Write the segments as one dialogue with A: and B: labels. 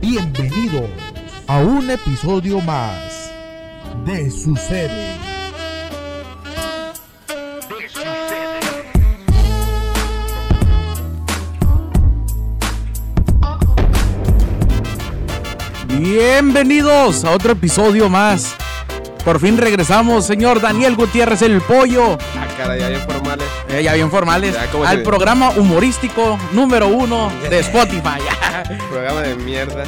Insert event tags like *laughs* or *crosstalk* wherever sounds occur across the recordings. A: Bienvenidos a un episodio más de Sucede.
B: Bienvenidos a otro episodio más. Por fin regresamos, señor Daniel Gutiérrez el Pollo.
C: Ah, caray, ya bien formales.
B: Eh, ya bien formales.
C: Ya, ¿cómo
B: al
C: se-
B: programa humorístico número uno
C: *laughs*
B: de Spotify. *laughs*
C: Programa de mierda.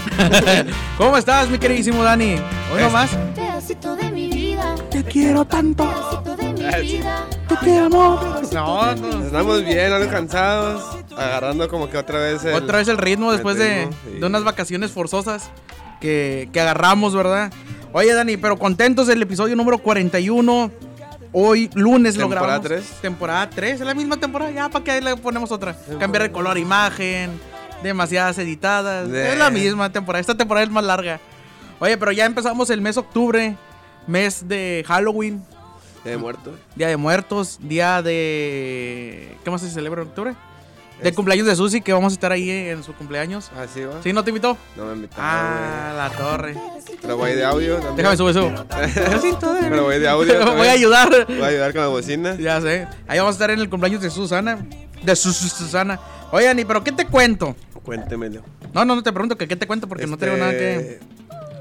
B: ¿Cómo estás, mi queridísimo Dani? Hoy
C: Es-
B: nomás.
D: Pedacito de mi vida,
B: Te quiero tanto.
D: pedacito de mi
C: Ah, sí.
D: vida.
B: Te amo. *laughs* No, no.
C: Estamos bien, algo cansados. Agarrando como que otra vez el...
B: Otra vez el ritmo después de,
C: ritmo, sí.
B: de unas vacaciones forzosas que, que agarramos, ¿verdad? Oye, Dani, pero contentos del episodio número 41. Hoy lunes lo
C: Temporada
B: grabamos.
C: tres. pues.
B: Temporada 3. Es la misma temporada, ya, ¿para qué le ponemos otra? Cambiar de color, imagen, demasiadas editadas.
C: De-
B: Es la misma temporada. Esta temporada es más larga. Oye, pero ya empezamos el mes octubre, mes de Halloween,
C: de Eh, muerto.
B: Día de Muertos, día de... ¿Qué más se celebra en octubre? De cumpleaños de Susi, que vamos a estar ahí en su cumpleaños.
C: Así Ah, va.
B: ¿Sí? ¿No te invitó?
C: No me invitaron.
B: Ah, la torre.
C: güey. Pero voy de audio. también.
B: Déjame subir eso.
C: Pero voy de
B: *laughs*
C: audio.
B: Voy
C: también.
B: a ayudar.
C: Voy a ayudar con la bocina.
B: Ya sé. Ahí vamos a estar en el cumpleaños de Susana. De Sus- Sus- Susana. Oye, Ani, pero ¿qué te cuento?
C: Cuéntemelo.
B: No, no, no te pregunto que qué te cuento porque no tengo nada
C: Este.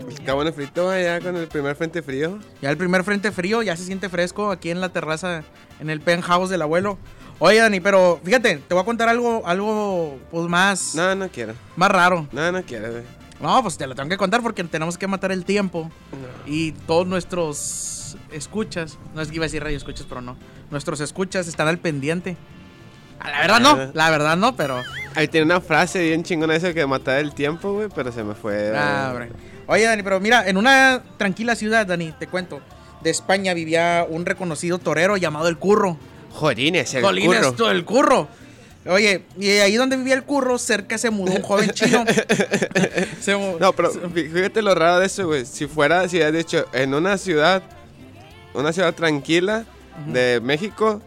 B: que.
C: El cabo en el frito allá con el primer frente frío.
B: Ya el primer frente frío, ya se siente fresco aquí en la terraza, en el penthouse del abuelo. Oye, Dani, pero fíjate, te voy a contar algo, algo pues más,
C: No, no quiero.
B: más raro.
C: No, no quiero, güey.
B: No, pues te lo tengo que contar porque tenemos que matar el tiempo. Y todos nuestros escuchas, no es que iba a decir radio escuchas, pero no. Nuestros escuchas están al pendiente. Ah, La verdad no, la verdad no, pero.
C: Ahí tiene una frase bien chingona esa que matar el tiempo, güey, pero se me fue. güey.
B: Ah, hombre. Oye, Dani, pero mira, en una tranquila ciudad, Dani, te cuento, de España vivía un reconocido torero llamado El Curro.
C: Jolines, el
B: Jolines,
C: curro.
B: tú, el curro. Oye, y ahí donde vivía el curro, cerca se mudó un joven
C: *laughs*
B: chino. Se mu-
C: No, pero fí- fíjate lo raro de eso, güey. Si fuera, si has dicho, en una ciudad, una ciudad tranquila de México,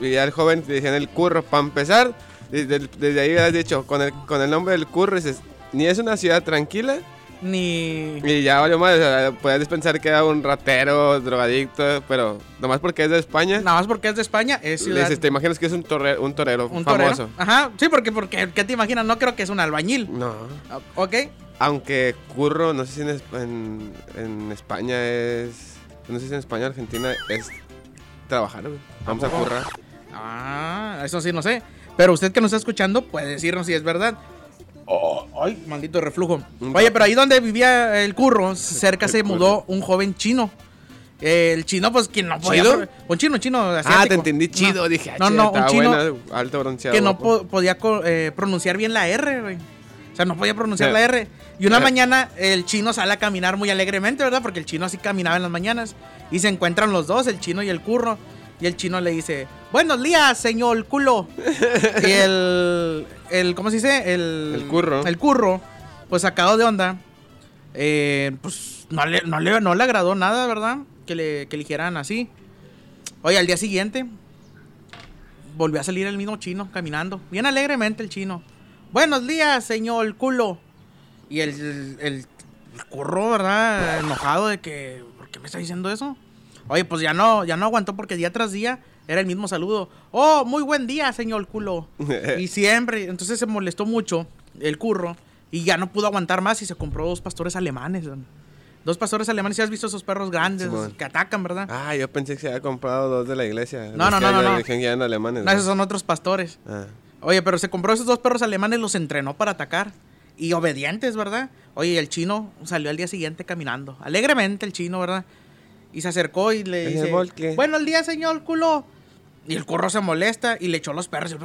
C: vivía el joven, le decían el curro. Para empezar, desde, el- desde ahí has dicho, con el, con el nombre del curro, dices, ni es una ciudad tranquila,
B: Ni.
C: y ya valió más. O sea, puedes pensar que era un ratero, drogadicto, pero nomás porque es de España,
B: Nada más porque es de España, es
C: le
B: ciudad.
C: dices, te imaginas que es un torero, un torero
B: un
C: famoso.
B: torero. Ajá, sí, porque, porque, ¿qué te imaginas? No creo que es un albañil.
C: No.
B: Ah, ¿Ok?
C: Aunque curro, no sé si en, es- en- en España es. No sé si en España o Argentina es trabajar, güey. Vamos a currar.
B: Ah, eso sí, no sé. Pero usted que nos está escuchando puede decirnos si es verdad. Oh, ay, maldito reflujo.
C: Un
B: Oye,
C: rato.
B: pero ahí donde vivía el curro, cerca
C: El
B: se
C: curro.
B: mudó un joven chino. El chino, pues, quien no podía.
C: ¿Chido?
B: Un chino, chino.
C: Ah,
B: asiático.
C: te entendí
B: No.
C: chido, dije. ah,
B: No,
C: chida,
B: no,
C: está
B: un chino
C: buena, alto bronceado.
B: que no
C: guapo.
B: po- podía co- eh, pronunciar bien la R, güey. O sea, no podía pronunciar
C: Sí.
B: la R. Y una
C: Sí.
B: mañana el chino sale a caminar muy alegremente, ¿verdad? Porque el chino así caminaba en las mañanas. Y se encuentran los dos, el chino y el curro. Y el chino le dice, buenos días, señor culo. y el, el, ¿cómo se dice? El,
C: El curro.
B: El curro, pues sacado de onda. eh, pues no le, no, le, no le agradó nada, ¿verdad? Que le, que le dijeran así. Oye, al día siguiente, volvió a salir el mismo chino caminando, bien alegremente el chino. Buenos días, señor culo. Y el, el, el curro, ¿verdad? Enojado de que, ¿por qué me está diciendo eso? Oye, pues ya no, ya no aguantó porque día tras día era el mismo saludo. Oh, muy buen día, señor
C: *laughs*
B: culo. y siempre, entonces se molestó mucho el curro y ya no pudo aguantar más y se compró dos pastores alemanes. don. Dos pastores alemanes, si has visto esos perros grandes
C: Simón.
B: que atacan, ¿verdad?
C: Ah, yo pensé que se había comprado dos de la iglesia.
B: No, no,
C: Los que
B: no,
C: hay de
B: no,
C: la
B: no.
C: religión que eran alemanes.
B: No,
C: güey.
B: esos son otros pastores.
C: Ah.
B: Oye, pero se compró esos dos perros alemanes, los entrenó para atacar. Y obedientes, ¿verdad? Oye, y el chino salió al día siguiente caminando. Alegremente el chino, ¿verdad? Y se acercó y le
C: Ese
B: dice...
C: volque.
B: Buenos días, señor culo. Y el curro se molesta y le echó los perros.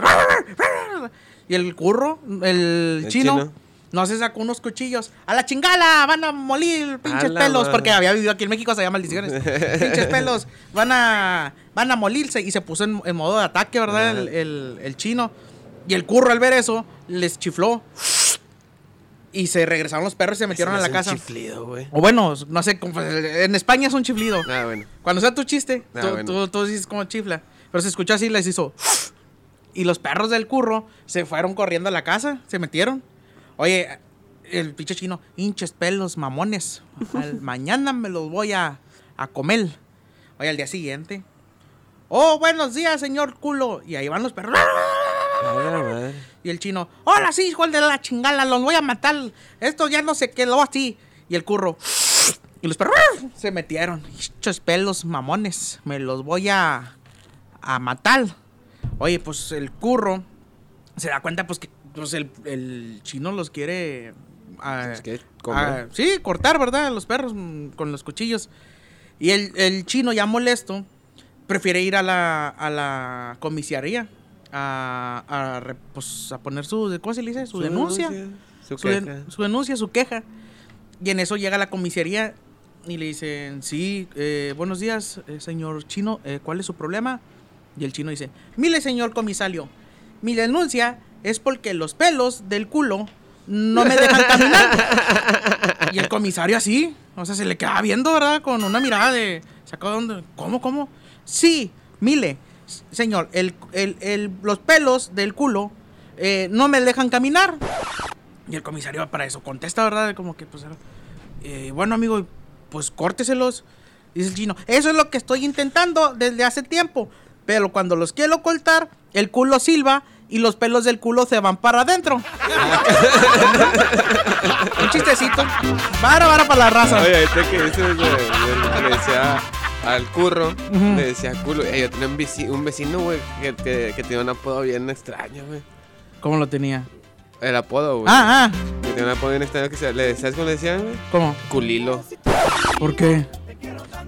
B: Y el curro, el,
C: El
B: chino,
C: chino.
B: no se sacó unos cuchillos. ¡A la chingala! ¡Van a molir pinches
C: A la
B: pelos!
C: madre.
B: Porque había vivido aquí en México, se llama
C: *laughs*
B: maldiciones. pinches pelos, van a, van a molirse. Y se puso en, en modo de ataque, ¿verdad? El, el- el chino. Y el curro al ver eso, les chifló. Y se regresaron los perros y se metieron
C: Se me
B: a la
C: hace un
B: casa.
C: chiflido, güey.
B: O bueno, no sé, como- en España es un chiflido.
C: Ah, bueno.
B: Cuando sea tu chiste,
C: Ah,
B: tú,
C: bueno.
B: tú- tú dices como chifla. Pero se escuchó así y les hizo. Y los perros del curro se fueron corriendo a la casa, se metieron. Oye, el pinche chino, hinches pelos, mamones.
C: *laughs*
B: Al- mañana me los voy a, a comer. Oye, al día siguiente. Oh, buenos días, señor culo. Y ahí van los perros. Y el chino, hola, sí, hijo de la chingada, los voy a matar. Esto ya no se quedó así. Y el curro, y los perros se metieron. Hichos pelos mamones, me los voy a, a matar. Oye, pues el curro se da cuenta, pues que pues, el, el chino los quiere. ah,
C: Los quiere comer.
B: ah, sí, cortar, ¿verdad? Los perros mm, con los cuchillos. Y el, el chino, ya molesto, prefiere ir a la, a la comisaría a, a, re- pues, a poner su, ¿cómo se le dice? Su, denuncia.
C: Su
B: Su, de-
C: queja.
B: su denuncia, su queja. Y en eso llega la comisaría y le dicen, sí, eh, buenos días, eh, señor chino, eh, ¿cuál es su problema? Y el chino dice, mire, señor comisario, mi denuncia es porque los pelos del culo no me dejan caminar.
C: *laughs*
B: y el comisario así, o sea, se le queda viendo, ¿verdad? Con una mirada de, sacó de dónde, ¿cómo, cómo? Sí, mire, s- señor, el, el- el- los pelos del culo eh, no me dejan caminar. Y el comisario para eso contesta, ¿verdad? Como que, pues, eh, bueno, amigo, pues córteselos. Dice el chino, eso es lo que estoy intentando desde hace tiempo. Pero cuando los quiero cortar, el culo silba y los pelos del culo se van para adentro. Un chistecito. Bárbara para la raza.
C: Oye, ahorita que dices, güey, yo le decía al curro, le decía culo. Eh, yo tenía un vecino, un vecino güey, que, que, que tenía un apodo bien extraño, güey.
B: ¿Cómo lo tenía?
C: El apodo, güey.
B: Ah,
C: Que tenía un apodo bien extraño que se le ¿Sabes cómo le decían, güey?
B: ah. ¿Cómo?
C: Culilo.
B: ¿Por qué?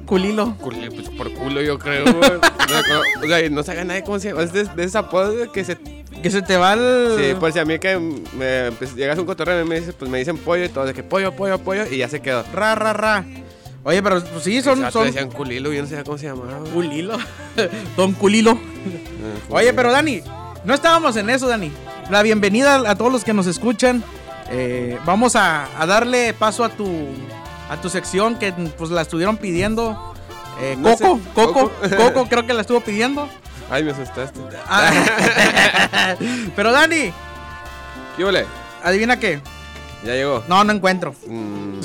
B: Culilo.
C: Culilo, pues por culo, yo
B: *laughs*
C: creo, güey. No, me acuerdo. o sea, y no sabe nadie cómo se llama. Es de, de ese apodo güey, que se.
B: Que se te va el...
C: Sí, pues. por si a mí que me, pues, llegas a un cotorreo y me dices, pues me dicen pollo y todo, de que pollo, pollo, pollo, y ya se quedó.
B: Ra, ra, ra. Oye, pero pues, sí, son...
C: Exacto,
B: son...
C: decían culilo, yo no sabía cómo se llamaba. güey.
B: Culilo. Don Culilo.
C: Eh,
B: Oye, pero Dani, no estábamos en eso, Dani. La bienvenida a todos los que nos escuchan. Eh, vamos a, a darle paso a tu a tu sección que pues la estuvieron pidiendo. Eh,
C: No sé,
B: Coco, Coco,
C: Coco.
B: Coco, creo que la estuvo pidiendo.
C: Ay, me asustaste. *laughs*
B: Ah, pero Dani,
C: ¿Qué ole?
B: adivina qué.
C: Ya llegó.
B: No, no encuentro.
C: Mm,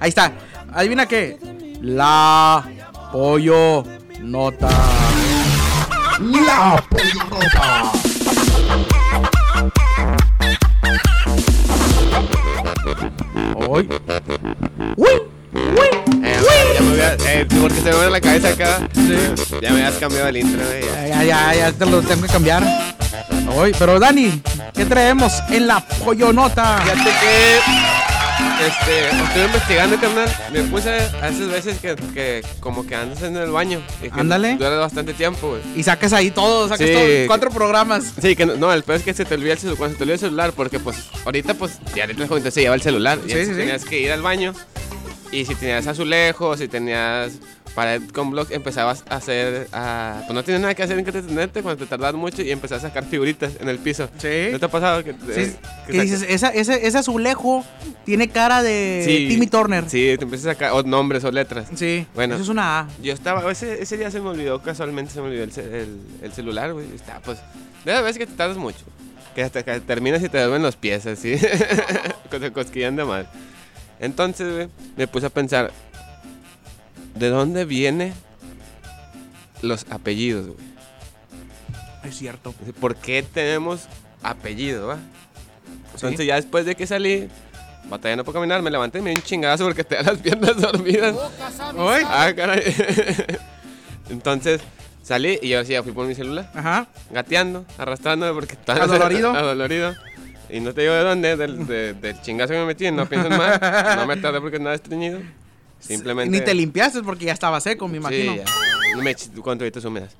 B: Ahí está. Adivina qué. La pollo nota.
A: La Polronota.
B: Hoy. Uy, uy.
C: eh, ya me había- eh, porque se me va la cabeza acá. Ya me habías cambiado el intro, güey. ya.
B: Ya, ya, ya te lo tengo que cambiar. Hoy, pero Dani, ¿qué traemos en la pollonota?
C: Fíjate que. Este, estoy investigando, carnal. Me puse a esas veces que, que como que andas en el baño. y que
B: Ándale.
C: Dura bastante tiempo, güey.
B: Y saques ahí todo, saques
C: Sí.
B: todo, cuatro programas.
C: Sí, que no, no, el peor es que se te olvida el celular, cuando se te olvida el celular, porque pues ahorita pues ya la juventud se lleva el celular.
B: Sí,
C: y
B: sí, sí.
C: tenías que ir al baño. Y si tenías azulejos, si tenías pared con blog, empezabas a hacer... a- pues no tenías nada que hacer en que entretenerte cuando te tardabas mucho y empezabas a sacar figuritas en el piso.
B: Sí.
C: ¿No te ha pasado? Que,
B: Sí,
C: eh, que
B: que dices,
C: sacas-
B: esa, ese, ese azulejo tiene cara de eh, Timmy Turner.
C: Sí, te empiezas a sacar o nombres o letras.
B: Sí,
C: Bueno.
B: eso es una A.
C: Yo estaba, ese, ese día se me olvidó, casualmente se me olvidó el, ce- el- el celular, güey. Estaba, pues, de las veces que te tardas mucho. Que hasta que terminas y te duelen los pies, así. *laughs* que te cosquillan de mal. Entonces, güey, me puse a pensar, ¿de dónde vienen los apellidos, güey?
B: Es cierto.
C: ¿Por qué tenemos apellido, va? Entonces,
B: Sí.
C: ya después de que salí, batallando por caminar, me levanté y me di un chingadazo porque te dan las piernas *laughs* dormidas.
B: Hoy.
C: Ah, caray. *laughs* Entonces salí y yo decía, fui por mi celular,
B: Ajá.
C: gateando, arrastrándome porque estaba
B: Adolorido.
C: *laughs* adolorido. Y no te digo de dónde, del, de- del chingazo que me metí, no pienso en más. No me tardé porque nada estreñido. Simplemente.
B: Ni te limpiaste porque ya estaba seco, me imagino.
C: Sí, ya. No me eches cuánto ahorita
B: *laughs*
C: húmedas.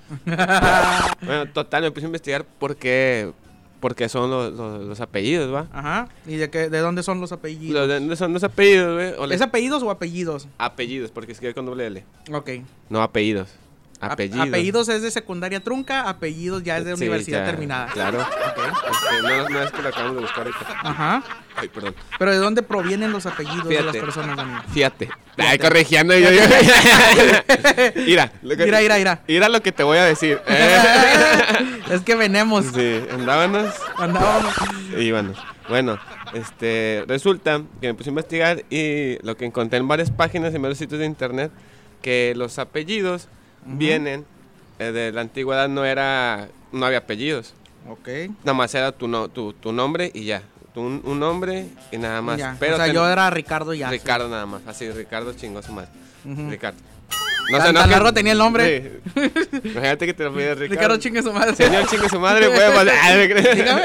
C: bueno, total, me puse a investigar por qué, por qué son los, los- los apellidos, ¿va?
B: Ajá. ¿Y de, qué, de dónde son los apellidos?
C: Los, de- son los apellidos, güey. o le-
B: ¿Es apellidos o apellidos?
C: Apellidos, porque escribe con doble L.
B: Ok.
C: No, apellidos.
B: Ap-
C: Apellidos.
B: apellidos es de secundaria trunca, apellidos ya es de
C: Sí,
B: universidad
C: ya,
B: terminada. *laughs*
C: Claro. Este, no, no es que lo acabamos de buscar ahorita.
B: Ajá.
C: Ay, perdón.
B: Pero ¿de dónde provienen los apellidos de
C: Fíjate.
B: las personas, Daniel?
C: Fíjate. Ay, corrigiendo yo. *laughs* yo. Mira, lo que-
B: Mira, mira, mira.
C: Mira lo que te voy
B: *laughs*
C: a decir. Eh.
B: es que venemos.
C: Sí, andábamos
B: Andábamos.
C: y íbamos. Bueno, Este, resulta que me puse a investigar y lo que encontré en varias páginas y varios sitios de internet, que los apellidos vienen eh, de la antigüedad, no era, no había apellidos.
B: Ok.
C: Nada más era tu, no- tu, tu nombre y ya. Tu- un, un nombre y nada más.
B: Ya,
C: Pero
B: o sea,
C: ten-
B: yo era Ricardo ya.
C: Ricardo nada más. Así, Ricardo chingó su madre.
B: Ujú.
C: Ricardo.
B: Tan- tan largo tenía el nombre.
C: Sí. Imagínate que te lo pide Ricardo.
B: Ricardo chingue su madre.
C: Señor chingue su madre,
B: *laughs*
C: puede pasar. Ah, me creo. *laughs*
B: Dígame.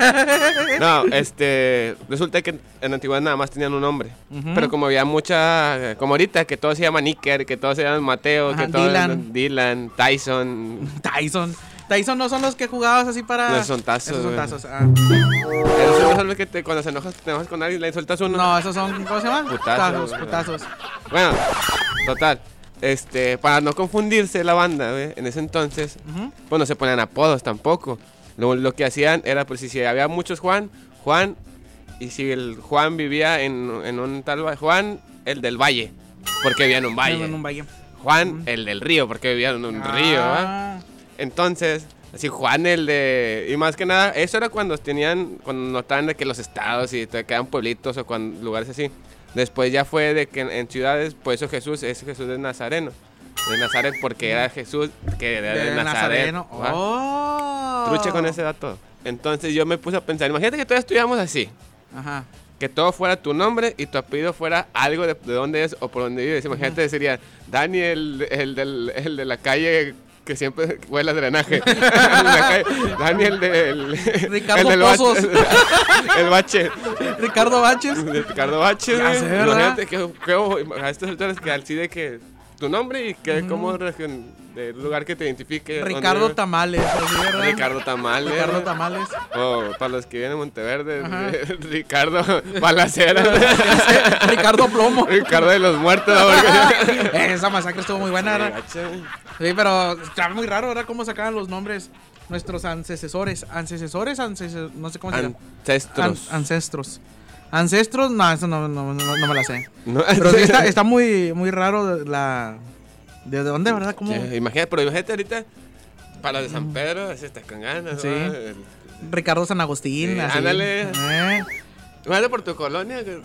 B: Ah.
C: No, este. Resulta que en la antigüedad nada más tenían un nombre.
B: Ujú.
C: Pero como había mucha. Como ahorita, que todos se llaman Iker, que todos se llaman Mateo,
B: Ajá,
C: que todos.
B: Dylan.
C: Dylan, Tyson.
B: Tyson. Tyson no son los que jugabas así para.
C: No, son tazos,
B: Esos son
C: güey.
B: tazos. ah.
C: Esos son los hombres que te- cuando se enojas, te enojas con alguien le sueltas uno.
B: No, esos son. ¿Cómo se llaman?
C: Putazos,
B: Tazos,
C: güey.
B: Putazos.
C: Bueno, total. Este, para no confundirse la banda, güey, en ese entonces,
B: Ujú.
C: pues no se ponían apodos tampoco. Lo, lo que hacían era, pues si, si había muchos Juan, Juan, y si el Juan vivía en, en un tal va- Juan, el del valle, porque vivía en un valle.
B: En un valle.
C: Juan, el del río, porque vivía en un río, ¿va?
B: Ah.
C: Entonces, así Juan el de... Y más que nada, eso era cuando tenían, cuando notaban de que los estados y te quedan pueblitos o cuando, lugares así. Después ya fue de que en, en ciudades, por eso Jesús es Jesús de Nazareno. De Nazaret, porque era Jesús que era de,
B: De
C: Nazareno.
B: Nazareno.
C: ¿va?
B: Oh.
C: Trucha con ese dato. Entonces yo me puse a pensar, imagínate que todos estudiamos así.
B: Ajá.
C: Que todo fuera tu nombre y tu apellido fuera algo de, de dónde es o por dónde vives. Imagínate, sería Dani, el, el del- el de la calle que siempre huele a drenaje. *laughs* El de la calle. Dani, el del.
B: Ricardo
C: el del
B: Pozos.
C: bache. *laughs* El bache.
B: Ricardo Baches.
C: De Ricardo Bache.
B: Ya
C: güey.
B: sé, ¿verdad?
C: Imagínate que, que a estas alturas que al sí de que tu nombre y que como región, del lugar que te identifique. dónde
B: Ricardo
C: vives.
B: Tamales. así, ¿verdad?
C: Ricardo Tamal.
B: Ricardo Tamales.
C: Oh, para los que vienen a Monteverde,
B: Ajá.
C: *laughs* Ricardo Balacera.
B: *laughs* Ricardo
C: *laughs*
B: Plomo.
C: Ricardo de los Muertos. ¿no? Porque-
B: Esa masacre estuvo muy buena, ¿verdad? Sí, pero está muy raro, ¿verdad? Cómo sacaban los nombres nuestros antecesores. Antecesores, anceses- no sé cómo se llama.
C: Ancestros.
B: An- ancestros. Ancestros, no, eso no, no, no, no me la
C: *laughs*
B: sé.
C: No,
B: Pero sí está, está muy, muy raro de la. ¿De dónde, verdad? ¿Cómo?
C: Sí, imagínate, pero imagínate ahorita para los de San Pedro, se está con ganas.
B: Sí.
C: ¿no?
B: Ricardo San Agustín.
C: Sí,
B: así.
C: ándale.
B: Eh,
C: Imagínate por tu colonia. que-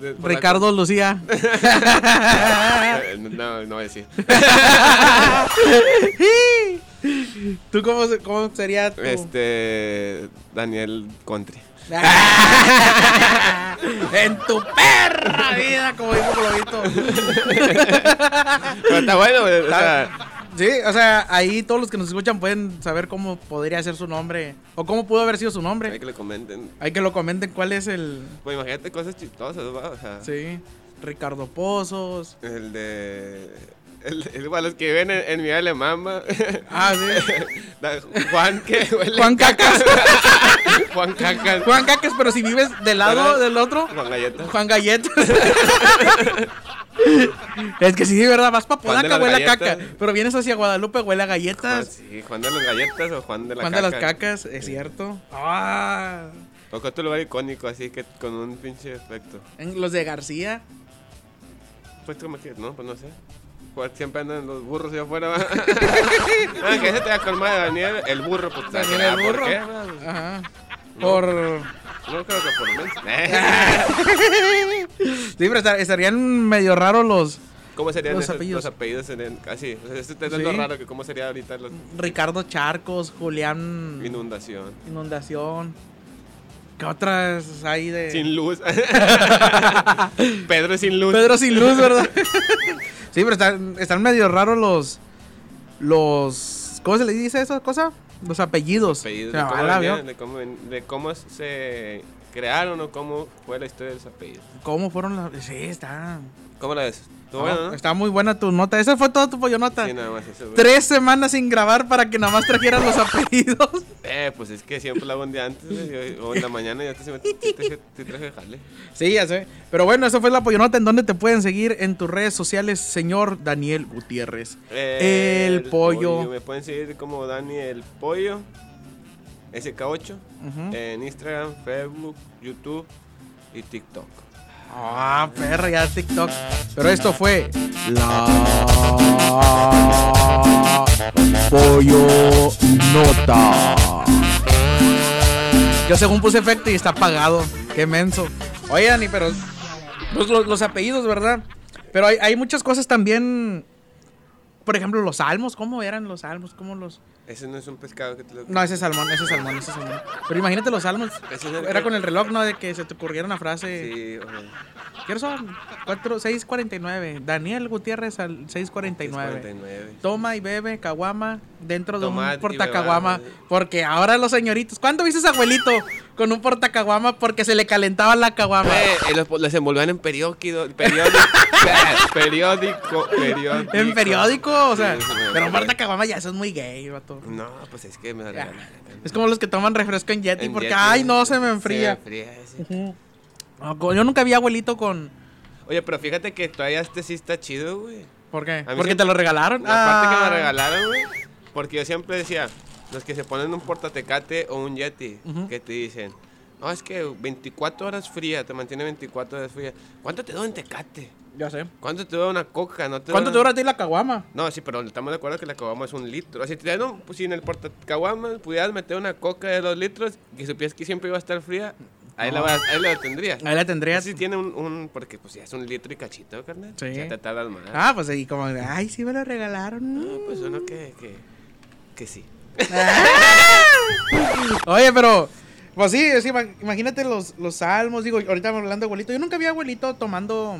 C: de- por la-
B: Ricardo
C: *laughs*
B: Lucía. *laughs*
C: Eh, No, no voy a decir.
B: ¿Tú cómo, se- cómo sería tu-
C: Este. Daniel Country. *laughs*
B: en tu perra vida, como dijo Globito.
C: Pero está bueno, güey, o sea,
B: Sí, o sea, ahí todos los que nos escuchan pueden saber cómo podría ser su nombre o cómo pudo haber sido su
C: hay
B: nombre.
C: que le comenten.
B: Hay que lo comenten cuál es el.
C: Pues imagínate cosas chistosas, ¿va? O sea,
B: Sí, Ricardo Pozos.
C: El de. El, el- para los que ven en, en mi alemán,
B: *laughs*
C: va.
B: Ah,
C: *laughs*
B: sí.
C: Da- Juan que huele.
B: Juan Cacas.
C: Juan Cacas.
B: Juan Cacas, pero si vives del lado del otro,
C: Juan Galleta.
B: Juan Galletas. *laughs* es que sí, de verdad, vas para
C: Juan
B: Podaca,
C: de las
B: huele a
C: galletas.
B: caca. Pero vienes hacia Guadalupe, huele a
C: Juan,
B: galletas.
C: sí, Juan de las galletas o Juan de la
B: Juan de
C: caca.
B: las cacas, es cierto. Ah,
C: Tocó tu lugar icónico, así que con un pinche efecto.
B: en los de García.
C: Pues como que, no, pues no sé. Juan, Siempre andan los burros allá afuera. ¿va?
B: *laughs*
C: ah, que ese te da colmada de Daniel, el burro, pues
B: Daniel
C: ¿será
B: el
C: ¿por
B: burro.
C: qué? va?
B: Ajá.
C: No.
B: Por.
C: No creo que por mí.
B: *laughs* Sí, pero estar- estarían medio raros los
C: ¿Cómo serían
B: Los
C: esos-
B: apellidos.
C: los apellidos? serían casi. O sea, esto está
B: Sí. Mm.
C: lo raro que cómo sería ahorita la
B: Ricardo Charcos, Julián
C: inundación.
B: Inundación. ¿Qué otras hay de
C: Sin
B: *laughs*
C: luz. Pedro sin luz.
B: Pedro sin
C: *laughs*
B: luz, verdad? sí, pero están, están medio raros los los ¿cómo se le dice esa cosa? Los apellidos.
C: apellidos,
B: O
C: de,
B: sea,
C: cómo
B: ala,
C: venían,
B: Ah, vio,
C: de cómo ven- de cómo se crearon o cómo fue la historia de los apellidos.
B: ¿Cómo fueron las Sí, está.
C: ¿Cómo la ves? ¿Tú
B: No,
C: bueno, no?
B: Está muy buena tu nota. Esa fue toda tu pollonota.
C: Sí, nada más eso. güey.
B: Tres semanas sin grabar para que nada más trajeran los apellidos.
C: Eh, pues es que siempre la hago un día antes, güey, yo- o en la mañana ya te se me te traje- te traje jale.
B: Sí, ya sé. Pero bueno, eso fue la pollonota. ¿En dónde te pueden seguir en tus redes sociales, señor Daniel Gutiérrez?
C: Eh,
B: El pollo.
C: Me pueden seguir como Dani el pollo. SK8
B: Ujú.
C: en Instagram, Facebook, YouTube y TikTok.
B: Ah, perra, ya TikTok. Pero esto fue la pollo nota. Yo según puse efecto y está apagado. Qué menso. Oye, Dani, pero. Los, los- los apellidos, ¿verdad? Pero hay, hay muchas cosas también. Por ejemplo, los salmos. ¿Cómo eran los salmos? ¿Cómo los.?
C: Ese no es un pescado que te lo...
B: No, ese es salmón, ese es salmón, ese es salmón. Pero imagínate los salmos.
C: Ese es el
B: Era
C: que-
B: con el reloj, ¿no? De que se te ocurriera una frase.
C: Sí, ojalá.
B: ¿Quiénes son? 4, 649. Daniel Gutiérrez al 649.
C: 49.
B: Toma y bebe caguama dentro de
C: Tomate
B: un
C: y
B: portacaguama.
C: bebada.
B: Porque ahora los señoritos. ¿Cuándo viste a abuelito con un portacaguama porque se le calentaba la caguama?
C: Eh, eh, los, los envolvían en periódico, periódico, *laughs* periódico, periódico.
B: En periódico, o sea.
C: Sí, sí, sí.
B: pero un portacaguama ya eso es muy gay, vato.
C: No, pues es que me lo
B: Ya.
C: regalan.
B: Es como los que toman refresco en Yeti
C: En
B: porque,
C: Yeti,
B: ay, no, se me enfría.
C: Se me enfría, sí.
B: No, co- Yo nunca vi abuelito con.
C: Oye, pero fíjate que todavía este sí está chido, güey.
B: ¿Por qué?
C: mí
B: Porque
C: sí-
B: te lo regalaron.
C: Aparte que
B: Ah.
C: me regalaron, güey. Porque yo siempre decía, los que se ponen un portatecate o un yeti, que te dicen, no, es que 24 horas fría, te mantiene 24 horas fría. ¿Cuánto te dura un tecate?
B: Ya sé.
C: ¿Cuánto te dura una coca? ¿No te
B: ¿Cuánto te dura a ti la caguama?
C: No, sí, pero estamos de acuerdo que la caguama es un litro. Así te no, pues, si en el portacaguama pudieras meter una coca de dos litros y supieras que siempre iba a estar fría, ahí, la, vas- ahí la tendrías.
B: Ahí la tendrías.
C: Sí tiene un, un- porque pues ya es un litro y cachito, carnal.
B: Sí.
C: Ya te tardas más.
B: Ah, pues ahí como, ay, sí me lo regalaron.
C: No, pues uno que, que, que sí.
B: *laughs* Oye, pero, pues sí, sí, ima- imagínate los, los salmos, digo, ahorita hablando de abuelito, yo nunca vi a abuelito tomando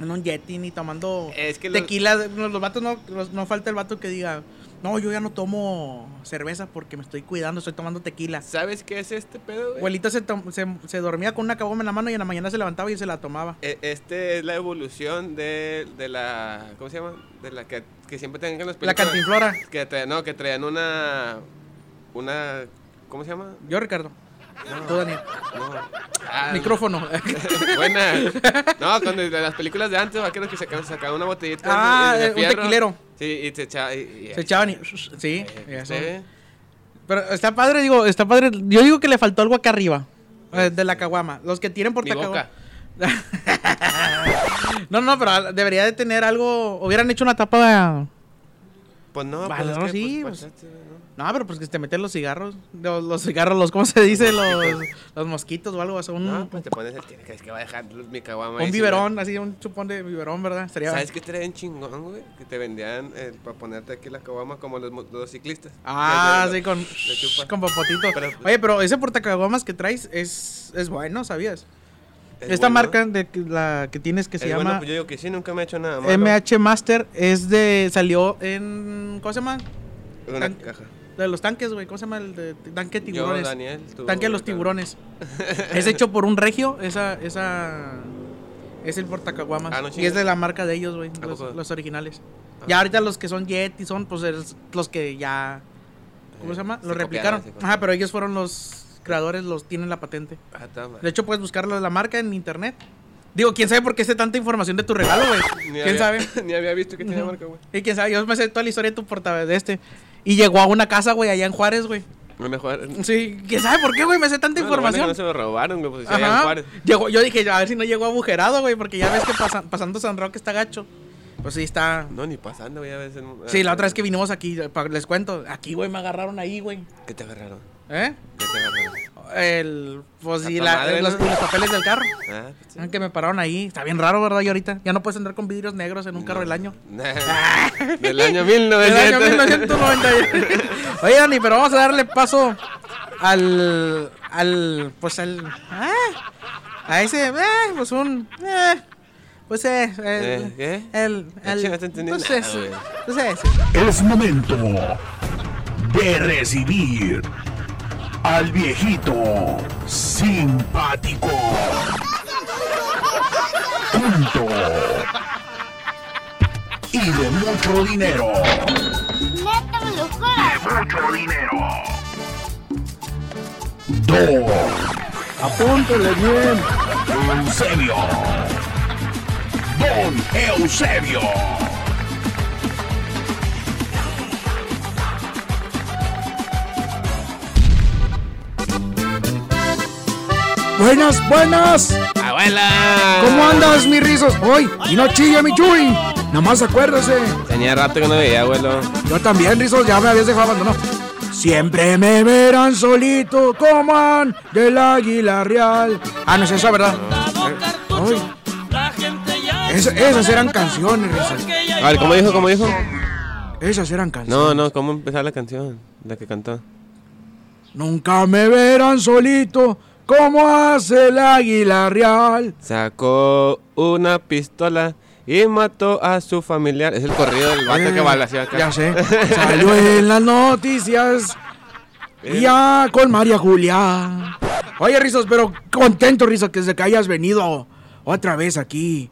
B: en un yeti ni tomando
C: Es que los-
B: tequila, los, los vatos no, los- no falta el vato que diga, no, yo ya no tomo cerveza porque me estoy cuidando, estoy tomando tequila.
C: ¿Sabes qué es este pedo, güey?
B: Abuelito se, tom- se, se dormía con una caboma en la mano y en la mañana se levantaba y se la tomaba.
C: E- Este es la evolución de, de la... ¿Cómo se llama? De la que, que siempre tienen en las
B: La
C: películas.
B: cantinflora.
C: Que traen, no, que traían una... Una... ¿Cómo se llama?
B: Yo, Ricardo. Tú, Daniel.
C: No.
B: *laughs*
C: Ah,
B: Micrófono.
C: *laughs* Buena. No, cuando de las películas de antes, vaqueros que sacaban, sacaban una botellita.
B: Ah,
C: de- de
B: eh, un
C: fierro.
B: tequilero.
C: Sí, y se echaba. y- y-
B: Se echaban y... *laughs* Sí.
C: eh,
B: ya
C: usted
B: son.
C: ve.
B: Pero está padre, digo, está padre. Yo digo que le faltó algo acá arriba. eh, De la caguama. Los que tienen por
C: Mi boca.
B: *laughs* no, no, pero al- debería de tener algo. Hubieran hecho una tapa.
C: Pues no,
B: Vale,
C: pues
B: no,
C: es que,
B: sí,
C: pues,
B: pues.
C: pasaste, ¿no?
B: No, pero pues que te meten los cigarros. Los, los cigarros, los, ¿cómo se dice? Los, los mosquitos o algo. o sea, un,
C: No, pues te pones el que es que va a dejar mi caguama. ahí,
B: un
C: sí,
B: biberón, así, un chupón de biberón, ¿verdad?
C: güey.
B: Estaría.
C: ¿Sabes qué traen chingón, güey? Que te vendían eh, para ponerte aquí la caguama como los, mo- los ciclistas.
B: Ah,
C: Ya, ya,
B: sí, con,
C: le chupa.
B: con popotito.
C: Pero- pues,
B: Oye, pero ese portacaguamas que traes es, es bueno, ¿sabías?
C: Es
B: Esta
C: bueno.
B: marca de que- la que tienes que
C: Es
B: se
C: bueno,
B: llama.
C: pues yo digo que sí, nunca me he hecho nada malo.
B: MH Master es de. salió en. ¿Cómo se llama?
C: Una
B: tan-
C: caja.
B: De los tanques, güey. ¿Cómo se llama el de tanque de
C: Yo,
B: tiburones?
C: Daniel, tú,
B: tanque de los
C: Ricardo. *laughs*
B: tiburones. es hecho por un regio, esa, esa. Es el portacaguamas.
C: Ah,
B: y
C: no
B: es
C: chingues.
B: de la marca de ellos, güey.
C: ¿A
B: Los,
C: poco? Ah.
B: los originales. Ya ahorita los que son Yeti son, pues, es- los que ya. ¿Cómo
C: Eh,
B: se llama?
C: se
B: Los
C: copiaron,
B: replicaron.
C: se copiaron.
B: Ajá, pero ellos fueron los creadores, los tienen la patente.
C: Ah, está mal.
B: De hecho, puedes buscar la marca en internet. Digo, quién sabe por qué sé tanta información de tu regalo, güey.
C: Ni
B: ¿Quién
C: había-
B: sabe?
C: *laughs* Ni había visto que tenía marca, güey.
B: Y quién sabe, yo me sé toda la historia de tu porta de este. Y llegó a una casa, güey, allá en Juárez, güey.
C: No me
B: *laughs*
C: jugaron.
B: Sí, quién sabe por qué, güey, me sé tanta
C: No, lo bueno es que
B: información.
C: No se lo robaron, güey, pues si
B: Ajá.
C: hayan Juárez.
B: Llegó, yo dije, a ver si no llegó agujerado, güey, porque ya ves que pasa- pasando San Roque está gacho. Pues sí, está.
C: No, ni pasando, güey, a veces. ah,
B: Sí, la otra vez que vinimos aquí, pa- les cuento, aquí, güey, me agarraron ahí, güey.
C: ¿Qué te agarraron?
B: ¿Eh?
C: ¿Qué te agarraron?
B: El. Pues sí,
C: Tanta
B: la-
C: madre,
B: los,
C: ¿no?
B: los papeles del carro.
C: Ah, pues, sí.
B: Que me pararon ahí. Está bien raro, ¿verdad? Y ahorita ya no puedes andar con vidrios negros en un carro del año.
C: *laughs* del año 1900.
B: Del año 1990. *laughs* Oye, Dani, pero vamos a darle paso al. al. pues al. ah, a ese. ah, pues un. eh, pues eh. El.
C: Eh, ¿qué?
B: El.
C: Ah,
B: el-
C: chinga, no te entendí
B: pues
C: nada,
B: ese,
C: güey.
B: pues ese.
A: Es momento de recibir al viejito simpático. Punto. Y de mucho dinero.
D: Neta, me lo juro.
A: Mucho dinero. Dos. Apúntele bien. Eusebio. Don Eusebio.
E: Buenas, buenas.
C: ¡Abuela!
E: ¿Cómo andas, mis rizos? Hoy, y no chille, mi chuy. Nada más acuérdese.
C: Tenía rato que no veía, abuelo.
E: Yo también, rizos, ya me habías dejado abandonado.
B: Siempre me verán solito, coman del águila real. Ah, no es esa, ¿verdad? Ay. Esa- esas eran canciones, Rizal.
C: A ver, ¿cómo dijo? ¿Cómo dijo?
B: Esas eran canciones.
C: No, no, ¿cómo empezaba la canción? La que cantó.
B: Nunca me verán solito, como hace el águila real.
C: Sacó una pistola y mató a su familiar. Es el corrido del vato que balació acá.
B: Eh, Ya
C: *laughs*
B: sé. Salió en las noticias. Ya con María Julia. Oye, Rizos, pero contento, Rizos, que desde que hayas venido otra vez aquí.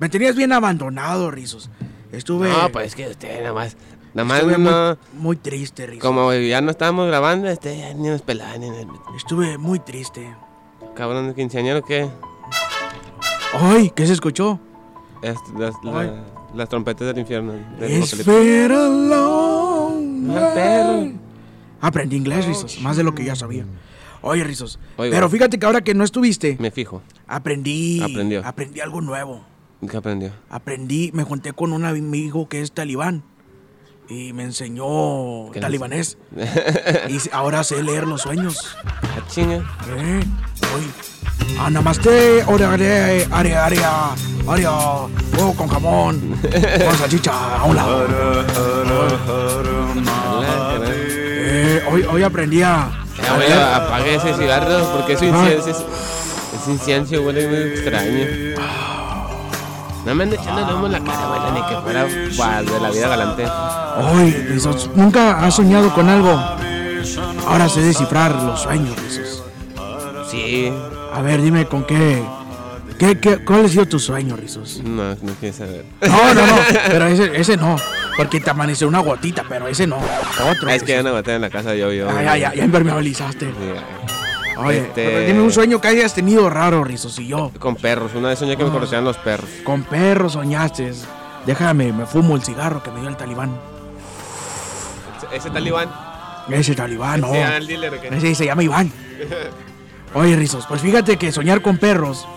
B: Me tenías bien abandonado, Rizos. Estuve.
C: No, pues es que usted nada más. Nada más
B: estuve
C: no.
B: muy, muy triste, Rizos.
C: Como ya no estábamos grabando, este ya ni nos pelaba ni en el
B: Estuve muy triste.
C: cabrón de quinceañero que.
B: Ay, ¿qué se escuchó?
C: Es, las, la-
B: Ay.
C: las trompetas del infierno. del
B: Es
C: apocalipsis.
B: been a long
C: Ah,
B: way.
C: perro.
B: Aprendí inglés, Rizos, más de lo que ya sabía. Oye, Rizos,
C: Oigo.
B: pero fíjate que ahora que no estuviste,
C: Me fijo.
B: aprendí,
C: Aprendió.
B: aprendí algo nuevo.
C: ¿Qué aprendió? *laughs*
B: Aprendí, me junté con un amigo que es talibán y me enseñó
C: ¿Qué
B: talibanés. y s- ahora sé leer los sueños.
C: La Ah, chinga.
B: ¿Eh? Oye, ah, namaste, ore, ore, are, área, área, oh, con jamón, con salchicha, a un lado. Ah, Eh, hoy, hoy aprendí a.
C: Eh, güey, apague ese cigarro porque es incienso. Es, es incienso, huele muy extraño. No me ando echando el humo en la cara, güey, ni que fuera guau, de la vida galante.
B: Hoy, Rizos, nunca has soñado con algo. Ahora sé descifrar los sueños, Rizos.
C: Sí,
B: A ver, dime con qué. qué, qué- ¿Cuál ha sido tu sueño, Rizos?
C: no, no quieres saber.
B: No, no, no, pero ese, ese no. Porque te amaneció una gotita, pero ese no. Otro.
C: Ah, Es que hay
B: Rizos.
C: una batalla en la casa, yo, yo.
B: Ah, ya, ya, ya impermeabilizaste.
C: Sí, ya.
B: Oye,
C: Este-
B: pero dime un sueño que hayas tenido raro, Rizos, y yo.
C: Con perros, una vez soñé que me conocían los perros.
B: Con perros soñaste. Déjame, me fumo el cigarro que me dio el talibán.
C: Ese talibán.
B: Ese talibán, no.
C: era el dealer, ¿o qué?
B: Ese se llama Iván. Oye, Rizos, pues fíjate que soñar con perros.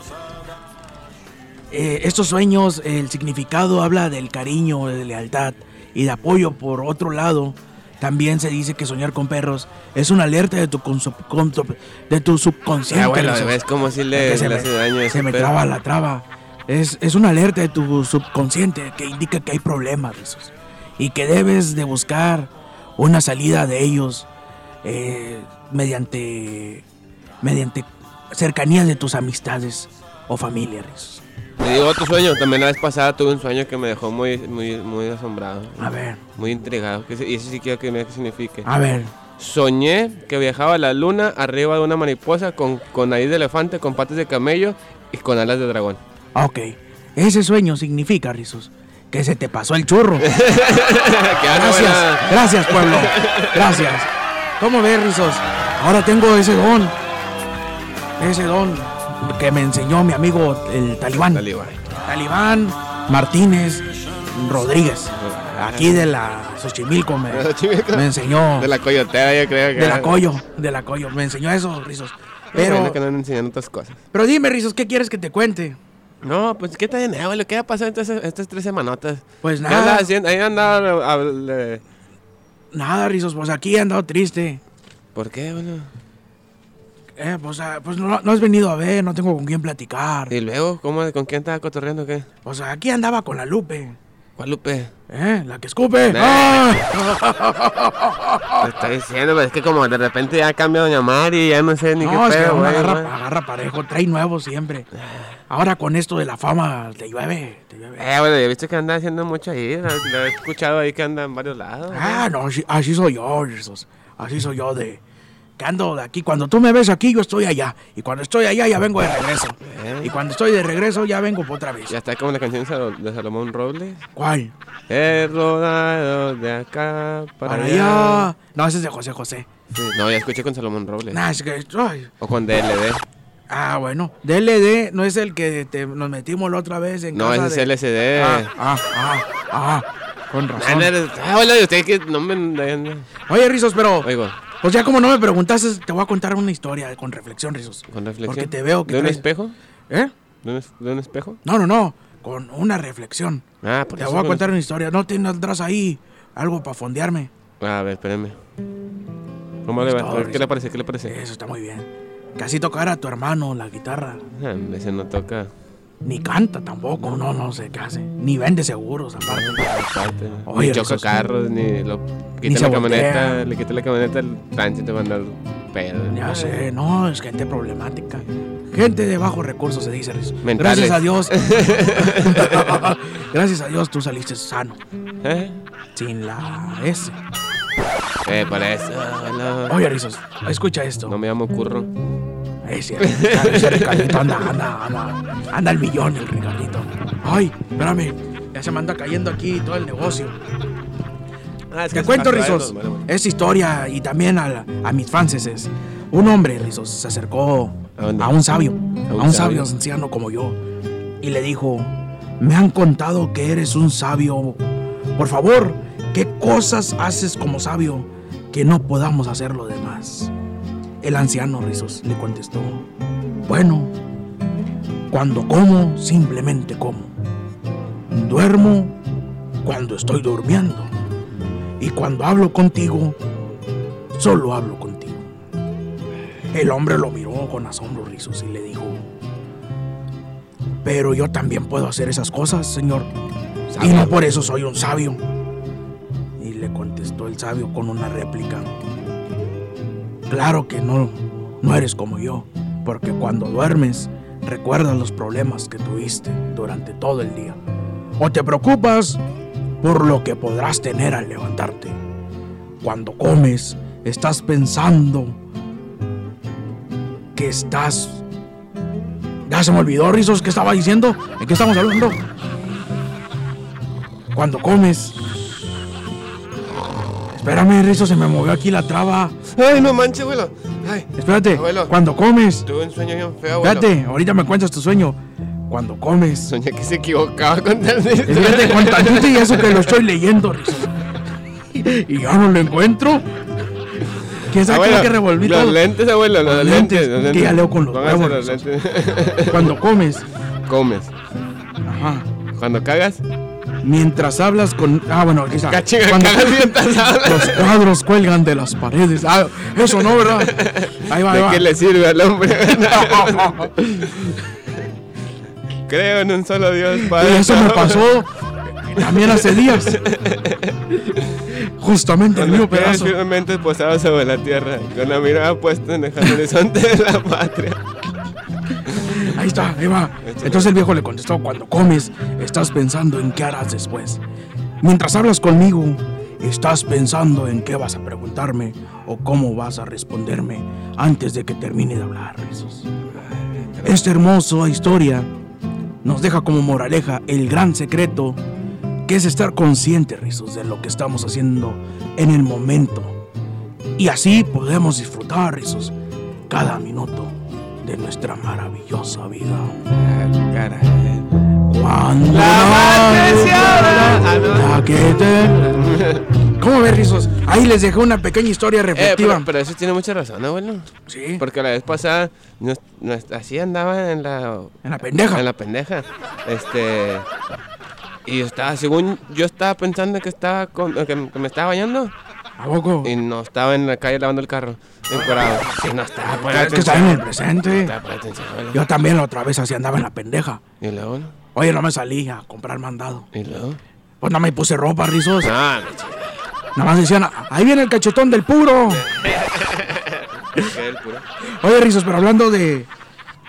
B: eh, estos sueños, el significado habla del cariño, de lealtad y de apoyo. Por otro lado, también se dice que soñar con perros es una alerta de tu, consu- contu- de tu subconsciente.
C: Ya, Ah, bueno,
B: Rizos.
C: ves como si
B: Es
C: le,
B: que se
C: le
B: me-
C: hace daño ese
B: se me
C: perro.
B: traba la traba. Es, es una alerta de tu subconsciente que indica que hay problemas, Rizos, y que debes de buscar una salida de ellos eh, mediante, mediante cercanías de tus amistades o familia, Rizos.
C: Te digo otro sueño, también la vez pasada tuve un sueño que me dejó muy, muy, muy asombrado.
B: A ver,
C: Muy intrigado. que se- Y eso sí quiero que me diga qué signifique.
B: a ver.
C: Soñé que viajaba a la luna arriba de una mariposa con, con nariz de elefante, con patas de camello y con alas de dragón. *laughs*
B: Ok, ese sueño significa, Rizos, que se te pasó el churro.
C: Que haga
B: Gracias,
C: buena-
B: gracias pueblo,
C: *laughs*
B: gracias. ¿Cómo ves, Rizos? Ahora tengo ese don, ese don que me enseñó mi amigo el talibán.
C: Talibán.
B: Talibán Martínez Rodríguez, aquí de la Xochimilco me,
C: Xochimilco.
B: me enseñó,
C: De la coyotera, yo creo que.
B: de
C: era.
B: la Coyo, de la Coyo, me enseñó eso, Rizos.
C: Qué bueno
B: Pero,
C: que no han enseñado otras cosas.
B: pero dime, Rizos, ¿qué quieres que te cuente?
C: No, pues qué tal de nada, güey. Lo que ha pasado entonces estas tres semanotas.
B: Pues
C: ¿Qué andaba
B: nada,
C: haciendo? Ahí andaba. a- a-
B: nada, Rizos, pues aquí he andado triste.
C: ¿Por qué, bueno?
B: Eh, pues, ah, pues no, no has venido a ver, no tengo con quién platicar.
C: ¿Y luego? ¿Cómo, ¿Con quién estaba cotorreando o qué?
B: O sea, aquí andaba con la Lupe.
C: ¿Cuál Lupe?
B: ¿Eh? La que escupe.
C: Nah.
B: ¡Ah!
C: Te estoy diciendo, pero es que como de repente ya cambia Doña Mari, ya no sé ni
B: No,
C: qué
B: es que
C: pedo,
B: uno
C: güey.
B: agarra,
C: güey.
B: agarra parejo, trae nuevo siempre. Ahora con esto de la fama, te llueve, te llueve.
C: Eh, bueno, yo he visto que anda haciendo mucho ahí, lo, lo he escuchado ahí que anda en varios lados.
B: Ah, no, así, así soy yo, Jesús. Así soy yo de... Que ando de aquí. Cuando tú me ves aquí, yo estoy allá. Y cuando estoy allá, ya vengo de regreso.
C: Eh.
B: Y cuando estoy de regreso, ya vengo por otra vez.
C: Ya está como la canción de Salo- de Salomón Robles.
B: ¿Cuál?
C: He rodado de acá para,
B: Para
C: allá. Eh.
B: allá. No, ese es de José José.
C: Sí, No, ya escuché con Salomón Robles.
B: Nah, es que... ay.
C: O con DLD.
B: Ah, bueno. DLD no es el que te- nos metimos la otra vez en
C: No,
B: casa
C: ese es
B: de-
C: LSD.
B: Ah, ah, ah, ah, con
C: Ah,
B: razón.
C: no, eres- ah, hola, de usted que no me.
B: Oye, Rizos, pero.
C: Oigo,
B: Pues ya como no me preguntaste, te voy a contar una historia con reflexión, Rizos.
C: con reflexión.
B: Porque te veo que.
C: ¿De un
B: traes-
C: espejo?
B: ¿Eh?
C: ¿De un, es- de un espejo?
B: No, no, no. Con una reflexión.
C: Ah, por
B: Te
C: eso
B: voy a
C: con- Ah,
B: contar una historia. No tendrás ahí algo para fondearme.
C: A ver, espérame. No me
B: Está
C: levanta.
B: horrible.
C: ¿Qué le parece? ¿Qué le parece?
B: Eso está muy bien. Casi tocar a tu hermano la guitarra.
C: Ah, hombre, Ese no toca.
B: Ni canta tampoco, no, no sé qué hace. Ni vende seguros aparte.
C: Aparte, ¿no?
B: Oye,
C: ni choca
B: Jesús.
C: carros, ni lo quita
B: se
C: la
B: voltea.
C: camioneta, le quita la camioneta al rancho te manda al pedo.
B: Eh. Ya sé, no, es gente problemática. Gente de bajos recursos se dice. Riz.
C: Mentales.
B: Gracias a
C: *laughs*
B: Dios. *laughs* Gracias a Dios tú saliste sano.
C: ¿Eh?
B: Sin la S.
C: Eh, para eso. No,
B: Oye, Rizos, escucha esto.
C: No me llamo curro.
B: Ay, sí, Ricardo, ese Ricardito anda, anda, anda. Anda al millón el Ricardito. Ay, espérame. Ya se me anda cayendo aquí todo el negocio. Te Ah, cuento, Rizos, esa historia y también a, la- a mis franceses. Un hombre, Rizos, se acercó
C: ¿A dónde?
B: a un sabio, a un sabio
C: sabio.
B: anciano como yo, y le dijo, me han contado que eres un sabio. Por favor, ¿qué cosas haces como sabio que no podamos hacer lo demás? El anciano, Rizos, le contestó, bueno, cuando como, simplemente como. Duermo cuando estoy durmiendo. Y cuando hablo contigo, solo hablo contigo. El hombre lo miró con asombro rizos y le dijo, pero yo también puedo hacer esas cosas, señor. Y no por eso soy un sabio. Y le contestó el sabio con una réplica. Claro que no, no eres como yo, porque cuando duermes recuerdas los problemas que tuviste durante todo el día. O te preocupas por lo que podrás tener al levantarte. Cuando comes, estás pensando que estás... Ya se me olvidó, Rizos, ¿qué estaba diciendo? ¿En qué estamos hablando? Cuando comes... Espérame, Rizos, se me movió aquí la traba.
C: Ay, no manches, abuelo. Ay,
B: Espérate,
C: Abuelo.
B: cuando comes...
C: tuve un sueño bien feo, abuelo.
B: Espérate, ahorita me cuentas tu sueño. Cuando comes...
C: Soñé que se equivocaba con tal
B: Espérate, con
C: *laughs*
B: tantito y eso que lo estoy leyendo, Rizos. Y ya no lo encuentro. ¿Quién sabe qué es lo que revolví
C: Los
B: todo?
C: lentes, abuelo, los,
B: Los
C: lentes.
B: lentes,
C: los
B: que ya leo con los
C: Póngase
B: huevos,
C: los lentes. *laughs*
B: Cuando comes.
C: Comes.
B: Ajá.
C: Cuando cagas,
B: Mientras hablas con. Ah, bueno, aquí está.
C: Cachinga,
B: Cuando
C: cagas mientras
B: los
C: hablas.
B: cuadros cuelgan de las paredes. Ah, eso no, ¿verdad? Ahí va, Ah, ahí
C: ¿De
B: va.
C: qué le sirve al hombre? *laughs* Creo en un solo Dios,
B: Y
C: Padre.
B: eso me pasó también hace días. Justamente el
C: Con los
B: mismo
C: pies
B: pedazo.
C: firmemente posados sobre la tierra, con la mirada puesta en el horizonte de la patria.
B: Ahí está, ahí va. Entonces el viejo le contestó, cuando comes, estás pensando en qué harás después. Mientras hablas conmigo, estás pensando en qué vas a preguntarme o cómo vas a responderme antes de que termine de hablar, Jesús. Esta hermosa historia nos deja como moraleja el gran secreto que es estar consciente, Rizos, de lo que estamos haciendo en el momento. Y así podemos disfrutar, Rizos, cada minuto de nuestra maravillosa vida.
C: Eh,
B: Cuando
C: Ah,
B: la que te- ¿Cómo ves, Rizos? Ahí les dejé una pequeña historia
C: Eh,
B: reflexiva.
C: pero, pero eso tiene mucha razón, abuelo.
B: sí,
C: Porque la vez pasada, nos- nos- así andaba en la.
B: en la pendeja.
C: En la pendeja. Este. Y yo estaba, según yo estaba pensando que estaba con- que- que me estaba bañando.
B: ¿A poco?
C: Y no estaba en la calle lavando el carro. Encorado. Sí, no estaba. poniendo
B: Ah, pues, Es que
C: atención.
B: está en el presente.
C: Estaba poniendo atención, abuelo.
B: Yo también la otra vez así andaba en la pendeja.
C: Y luego, ¿no?
B: Oye, no me salí a comprar mandado.
C: Y luego.
B: Pues no me puse ropa, Rizos.
C: Ah, la chingada,
B: Nada más decían, ahí viene el cachetón del puro.
C: qué del puro.
B: Oye, Rizos, pero hablando de,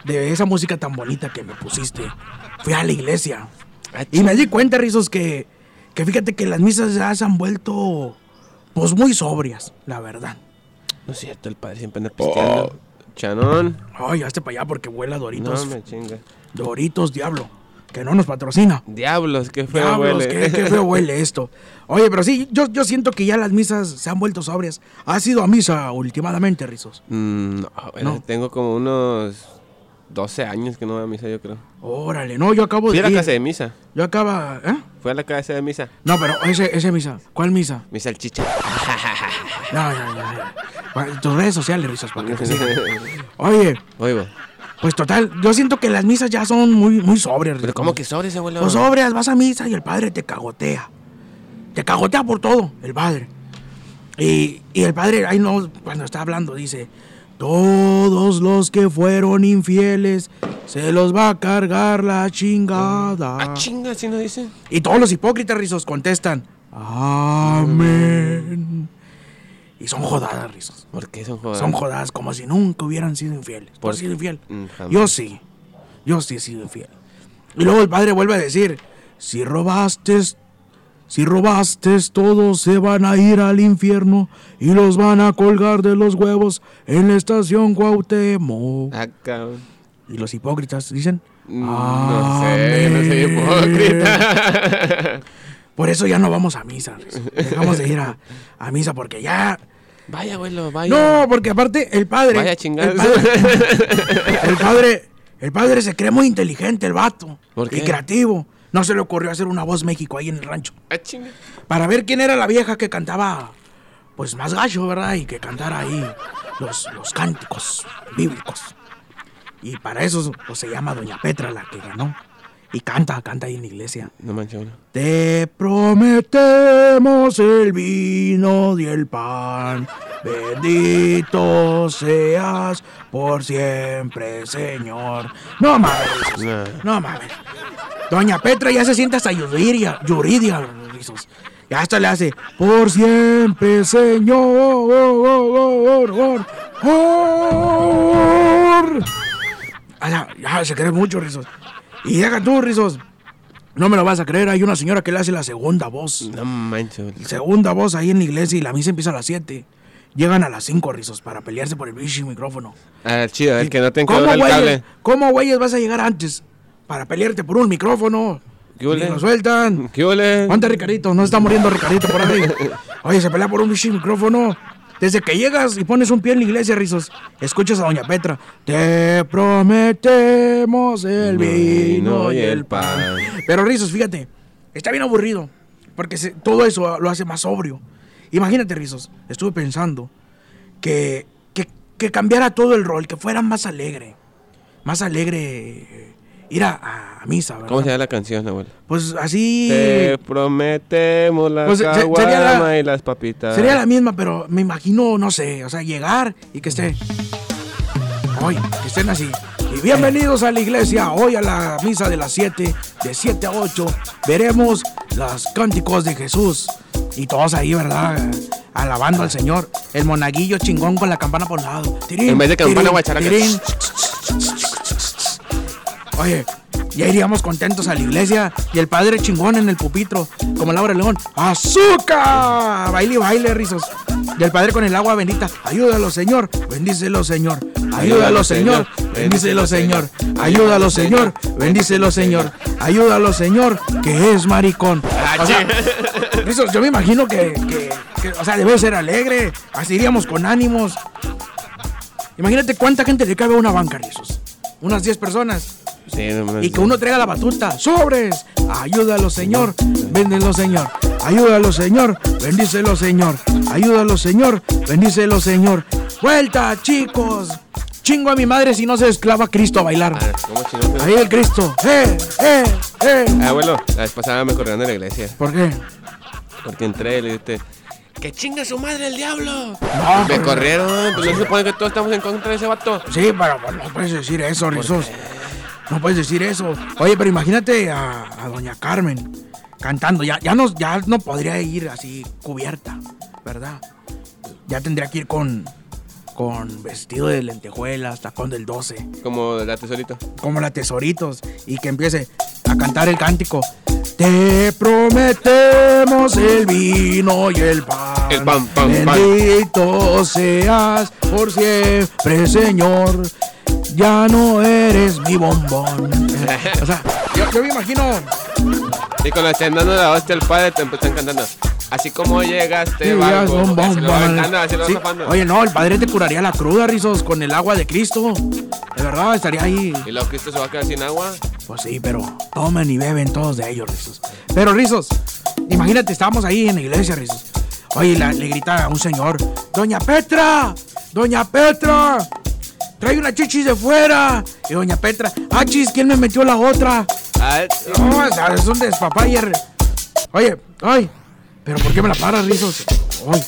B: de esa música tan bonita que me pusiste, fui a la iglesia. Y me di cuenta, Rizos, que, que fíjate que las misas ya se han vuelto, pues muy sobrias, la verdad.
C: No es cierto, el padre siempre anda pisteando. Oh, Chanón.
B: Ay, hazte para allá porque huele a Doritos.
C: No me chinga.
B: Doritos, diablo, que no nos patrocina.
C: Diablos, qué feo
B: Diablos,
C: huele.
B: qué, qué feo huele esto. Oye, pero sí, yo, yo siento que ya las misas se han vuelto sobrias. ¿Has ido a misa últimamente, Rizos?
C: *laughs* Mm, no, abuelo,
B: No.
C: tengo como unos 12 años que no voy a misa, yo creo.
B: Órale, no, yo acabo
C: Fui
B: de
C: a la
B: ir.
C: casa de misa.
B: Yo acaba, ¿eh?
C: Fui a la casa de misa.
B: No, pero ese, ese misa, ¿cuál misa?
C: Mi salchicha.
B: No, no, no, no. Bueno, Tus redes sociales, Rizos, para que te sigan. Oye,
C: Oigo.
B: pues total, yo siento que las misas ya son muy, muy sobrias.
C: Pero
B: Rizos.
C: ¿cómo que sobres, abuelo?
B: Pues sobrias, vas a misa y el padre te cagotea. Te cagotea por todo, el padre. Y, y el padre, ahí no, cuando está hablando, dice, todos los que fueron infieles se los va a cargar la chingada.
C: Ah, chinga, si no dice.
B: Y todos los hipócritas rizos contestan, amén. Y son jodadas, rizos.
C: ¿Por qué son jodas?
B: Son jodadas como si nunca hubieran sido infieles. ¿Tú
C: ¿Por
B: has
C: qué?
B: sido infiel?
C: Mm, jamás.
B: Yo sí. Yo sí he sido infiel. Y luego el padre vuelve a decir, si robaste, si robaste, todos se van a ir al infierno y los van a colgar de los huevos en la estación Cuauhtémoc.
C: Ah, cabrón.
B: Y los hipócritas dicen,
C: Mm,
B: Ah,
C: No sé, no soy
B: "Amén".
C: hipócrita. *laughs*
B: Por eso ya no vamos a misa. Rizo. Dejamos de ir a, a misa porque ya...
C: Vaya, abuelo, vaya.
B: No, porque aparte el padre...
C: Vaya
B: el
C: chingados.
B: padre- El padre, el padre se cree muy inteligente, el vato.
C: ¿Por qué?
B: Y creativo. No se le ocurrió hacer una voz México ahí en el rancho.
C: Ah, chinga.
B: Para ver quién era la vieja que cantaba, pues más gallo, ¿verdad? Y que cantara ahí los, los cánticos bíblicos. Y para eso pues, se llama Doña Petra la que ganó. Y canta, canta ahí en la iglesia.
C: No manches, abuelo.
B: Te prometemos el vino y el pan. Bendito seas por siempre, Señor. No mames, Rizos.
C: Nah.
B: No mames. Doña Petra ya se siente hasta Yuridia, Yuridia, Rizos. Ya hasta le hace, por siempre, Señor. Or. Ah, ya, ya, se cree mucho, Rizos. Y deja tú, Rizos. No me lo vas a creer, hay una señora que le hace la segunda voz.
C: No manches, abuelo.
B: Segunda voz ahí en la iglesia y la misa empieza a las 7. Llegan a las 5 rizos para pelearse por el bicho micrófono.
C: Ah, chido, el que no te
B: ¿Cómo,
C: encuentra el
B: güeyes,
C: cable.
B: ¿Cómo, güeyes, vas a llegar antes para pelearte por un micrófono?
C: ¿Qué ole?
B: Ni lo
C: *laughs*
B: sueltan.
C: ¿Qué ole?
B: ¿Cuánto Ricardito? No está muriendo Ricardito por ahí. Oye, se pelea por un bicho micrófono. Desde que llegas y pones un pie en la iglesia, Rizos, escuchas a Doña Petra. Te prometemos el vino y el pan. Pero Rizos, fíjate, está bien aburrido. Porque se- todo eso lo hace más sobrio. Imagínate, Rizos, estuve pensando que, que, que cambiara todo el rol, que fuera más alegre. Más alegre eh, ir a, a- a misa, ¿verdad?
C: ¿Cómo se llama la canción, abuelo?
B: Pues así...
C: Te prometemos la
B: Pues, se- sería
C: caguama
B: la-
C: y las papitas.
B: Sería la misma, pero me imagino, no sé, o sea, llegar y que esté. Oye, que estén así.
C: Eh.
B: Y bienvenidos a la iglesia, hoy a la misa de las 7, de 7 a 8, veremos los cánticos de Jesús. Y todos ahí, ¿verdad? Alabando al Señor. El monaguillo chingón con la campana por un lado. Tirín,
C: En vez de campana,
B: tirín,
C: guacharaca.
B: tirín. Oye, ya iríamos contentos a la iglesia y el padre chingón en el pupitro, como Laura León. ¡Azúcar! Baile y baile, rizos. Y el padre con el agua bendita. Ayúdalo, Señor. Bendícelo, Señor. Ayúdalo, Señor. Bendícelo, Señor. Ayúdalo, Señor. Bendícelo, Señor. Ayúdalo, Señor, que es maricón. O sea, rizos, yo me imagino que, que- que, o sea, debe ser alegre. Así iríamos con ánimos. Imagínate cuánta gente le cabe a una banca, Rizos. Unas 10 personas.
C: Sí, no manches.
B: Y que uno traiga la batuta. ¡Sobres! Ayúdalo, Señor. Béndelo, Señor. Ayúdalo, Señor. Bendícelo, Señor. Ayúdalo, Señor. Bendícelo, Señor. ¡Vuelta, chicos! Chingo a mi madre si no se esclava Cristo a bailar.
C: Ah, ¿cómo chingón?
B: Ahí el Cristo. ¡Eh, eh, eh!
C: Ah, abuelo, la vez pasada me corrieron de la iglesia.
B: ¿Por qué?
C: Porque entré y le dije, ¡Que chinga su madre el diablo!
B: No,
C: Me
B: pero-
C: corrieron, pues no se supone que todos estamos en contra de ese vato.
B: Sí, pero pues, no puedes decir eso, Rizos. No puedes decir eso. Oye, pero imagínate a, a Doña Carmen cantando. Ya, ya, no, ya no podría ir así cubierta, ¿verdad? Ya tendría que ir con, con vestido de lentejuelas, tacón del 12,
C: Como la tesorito.
B: como la Tesoritos, y que empiece a cantar el cántico. Te prometemos el vino y el pan.
C: El pan, pan, pan.
B: Bendito seas por siempre, Señor. Ya no eres mi bombón.
C: *laughs*
B: o sea, yo, yo me imagino.
C: Y cuando estén dando la hostia al padre, te empiezan cantando. Así como llegaste,
B: "Digas,
C: barco.
B: bombón,
C: Así lo va
B: bombón".
C: cantando, así lo va
B: Sí,
C: zafando.
B: Oye, no, el padre te curaría la cruda, Rizos, con el agua de Cristo. De verdad, estaría ahí.
C: Y luego Cristo se va a quedar sin agua.
B: Pues sí, pero tomen y beben todos de ellos, Rizos. Pero Rizos, imagínate, estábamos ahí en la iglesia, Rizos. Oye, la- le grita a un señor, Doña Petra, Doña Petra, trae una chichis de fuera. Y Doña Petra, achis, ¿quién me metió la otra?
C: Ah,
B: No, o sea, es un despapayer. Oye, ay, pero ¿por qué me la paras, Rizos? Ay,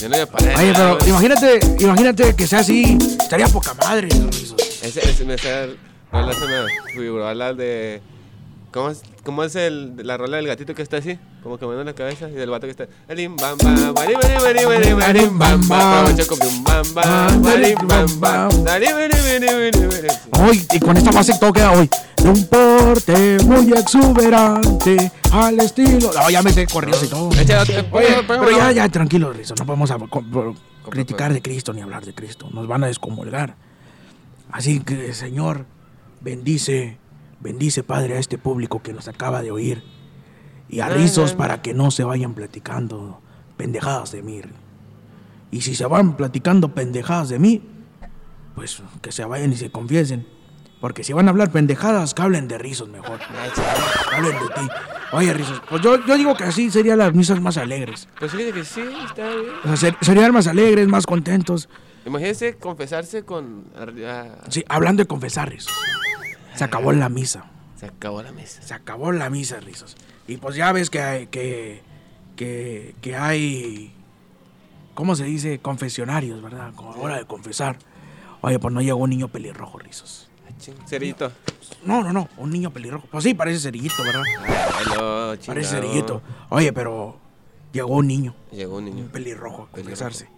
C: Yo no me paré.
B: Oye, pero imagínate, imagínate que sea así. Estaría poca madre, ¿no, Rizos?
C: Ese, ese, me sé- rola se me figuró a la de. ¿Cómo es, cómo es el, la rola del gatito que está así? Como que moviendo la cabeza y del vato que está. Elim, bam, bam, guarim, guarim, guarim, guarim, guarim, bam, bam, bam, choco, bim, bam,
B: Ah,
C: bam, guarim, bam, bam, guarim, guarim, guarim, guarim, guarim.
B: Hoy, y con esta base todo queda hoy. De un porte muy exuberante al estilo. No, ya me sé corridos y todo.
C: Echa, eh,
B: Oye,
C: pon- pon-
B: pero
C: pon-
B: ya, ya, tranquilo, Rizo. No podemos a- co- co- criticar de Cristo ni hablar de Cristo. Nos van a descomulgar. Así que, Señor, bendice, bendice, Padre, a este público que nos acaba de oír. Y a Rizos para que no se vayan platicando pendejadas de mí. Y si se van platicando pendejadas de mí, pues que se vayan y se confiesen. Porque si van a hablar pendejadas, que hablen de Rizos mejor. Que hablen de ti. Oye, Rizos, pues yo, yo digo que así serían las misas más alegres.
C: Pues fíjate que sí, está bien.
B: O sea, ser- serían más alegres, más contentos.
C: Imagínense confesarse con. ar- ah,
B: Sí, hablando de confesar, Rizos. Se acabó la misa.
C: Se acabó la mesa.
B: Se acabó la misa, Rizos. Y pues ya ves que hay, que, que, que hay, ¿cómo se dice? Confesionarios, ¿verdad? Como hora de confesar. Oye, pues no llegó un niño pelirrojo, Rizos.
C: Ching, Cerillito.
B: No, no, no, un niño pelirrojo. Pues sí, parece cerillito, ¿verdad?
C: Hello, chingado.
B: Parece cerillito. Oye, pero llegó un niño,
C: Llegó un niño.
B: un pelirrojo, a confesarse.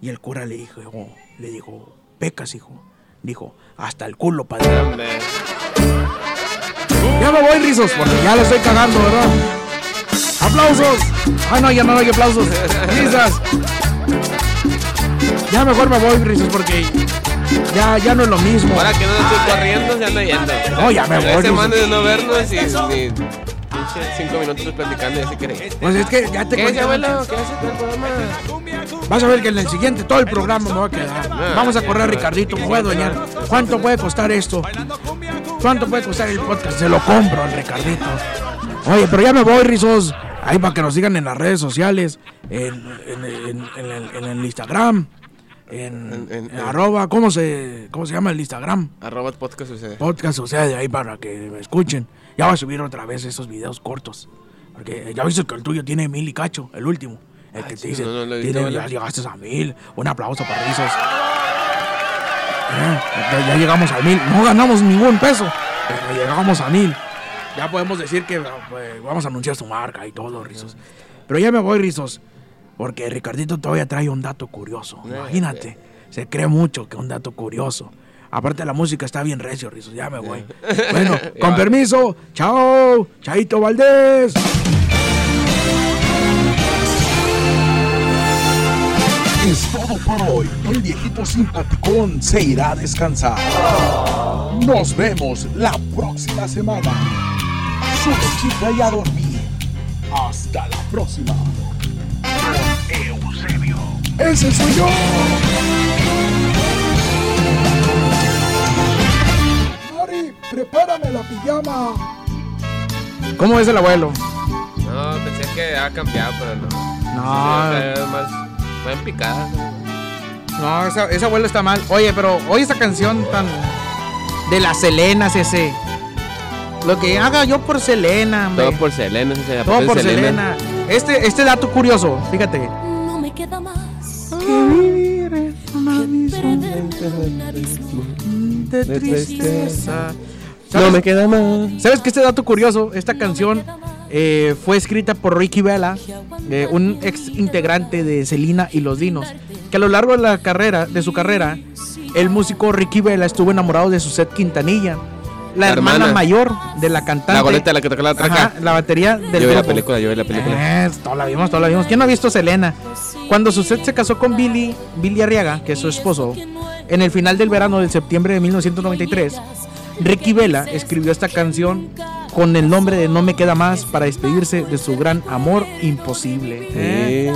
B: Y el cura le dijo, le dijo, pecas, hijo. Dijo, hasta el culo, padre.
C: Hombre.
B: Ya me voy, Rizos, porque ya le estoy cagando, ¿verdad? ¡Aplausos! Ah, no, ya no hay aplausos.
C: *laughs*
B: ¡Risas! Ya mejor me voy, Rizos, porque ya, ya no es lo mismo.
C: Ahora que no estoy corriendo, se anda yendo.
B: No, ya me
C: Tres
B: voy. Rizos.
C: semanas de no vernos y ni pinche cinco minutos platicando y así creen.
B: Pues es que ya te
C: ¿Qué
B: conté
C: dice, abuelo?
B: antes.
C: ¿Qué hace todo el programa?
B: Vas a ver que en el siguiente todo el programa me va a quedar. Vamos a correr, Ricardito, me voy a adueñar. ¿Cuánto puede costar esto? ¿Cuánto puede costar el podcast? Se lo compro al Ricardito. Oye, pero ya me voy, Rizos. Ahí para que nos sigan en las redes sociales, en, en- en- en el, en el Instagram, en,
C: En- en-
B: en arroba, ¿cómo se, ¿cómo se llama el Instagram?
C: Arroba podcast sucede.
B: Podcast, o sea, de ahí para que me escuchen. Ya voy a subir otra vez esos videos cortos. Porque eh, ya viste que el tuyo tiene mil y cacho, el último. El que te dice,
C: no, no lo he
B: tiene-
C: visto,
B: ya
C: ¿vale?
B: llegaste a mil. Un aplauso para Rizos. Eh, ya- ya llegamos a mil. No ganamos ningún peso, pero llegamos a mil. Ya podemos decir que pues, vamos a anunciar su marca y todo, Rizos. Pero ya me voy, Rizos. Porque Ricardito todavía trae un dato curioso. Imagínate, se cree mucho que un dato curioso. Aparte la música está bien recio, Rizos. Ya me voy. Bueno, con permiso. Chao. Chaito Valdés.
A: Es todo por hoy. El viejito simpaticón se irá a descansar. Nos vemos la próxima semana. Sube chica y a dormir. Hasta la próxima. Eusebio. Ese soy yo. Mari, prepárame la pijama.
B: ¿Cómo es el abuelo?
C: No, pensé que había cambiado, pero no.
B: No.
C: Sí, o sea, más, más en picada.
F: No, esa, ese abuelo está mal. Oye, pero oye esa canción tan. De las Selenas ese. Lo que haga yo por Selena, hombre.
C: Todo por Selena. o sea,
F: Todo
C: aparte
F: por
C: de
F: Selena. Este, este dato curioso, fíjate.
G: No me queda más que
B: Ah.
G: vivir en un abismo.
F: De tristeza.
C: No me queda más.
F: ¿Sabes qué? Este dato curioso, esta canción eh, fue escrita por Ricky Vela, eh, un ex integrante de Selena y los Dinos, que a lo largo de, la carrera, de su carrera, el músico Ricky Vela estuvo enamorado de Suzette Quintanilla, la,
C: La
F: hermana,
C: hermana.
F: mayor de la cantante.
C: La goleta, la que toca la
F: Ajá,
C: traca.
F: la batería
C: Yo
F: del
C: vi la
F: grupo.
C: película, yo vi la
B: Ah.
C: película.
F: Eh, todo la vimos, todo la vimos. ¿Quién no ha visto Selena? Cuando Suzette se casó con Billy, Billy Arriaga, que es su esposo, en el final del verano del septiembre de 1993, Ricky Vela escribió esta canción con el nombre de No me queda más para despedirse de su gran amor imposible. Eh.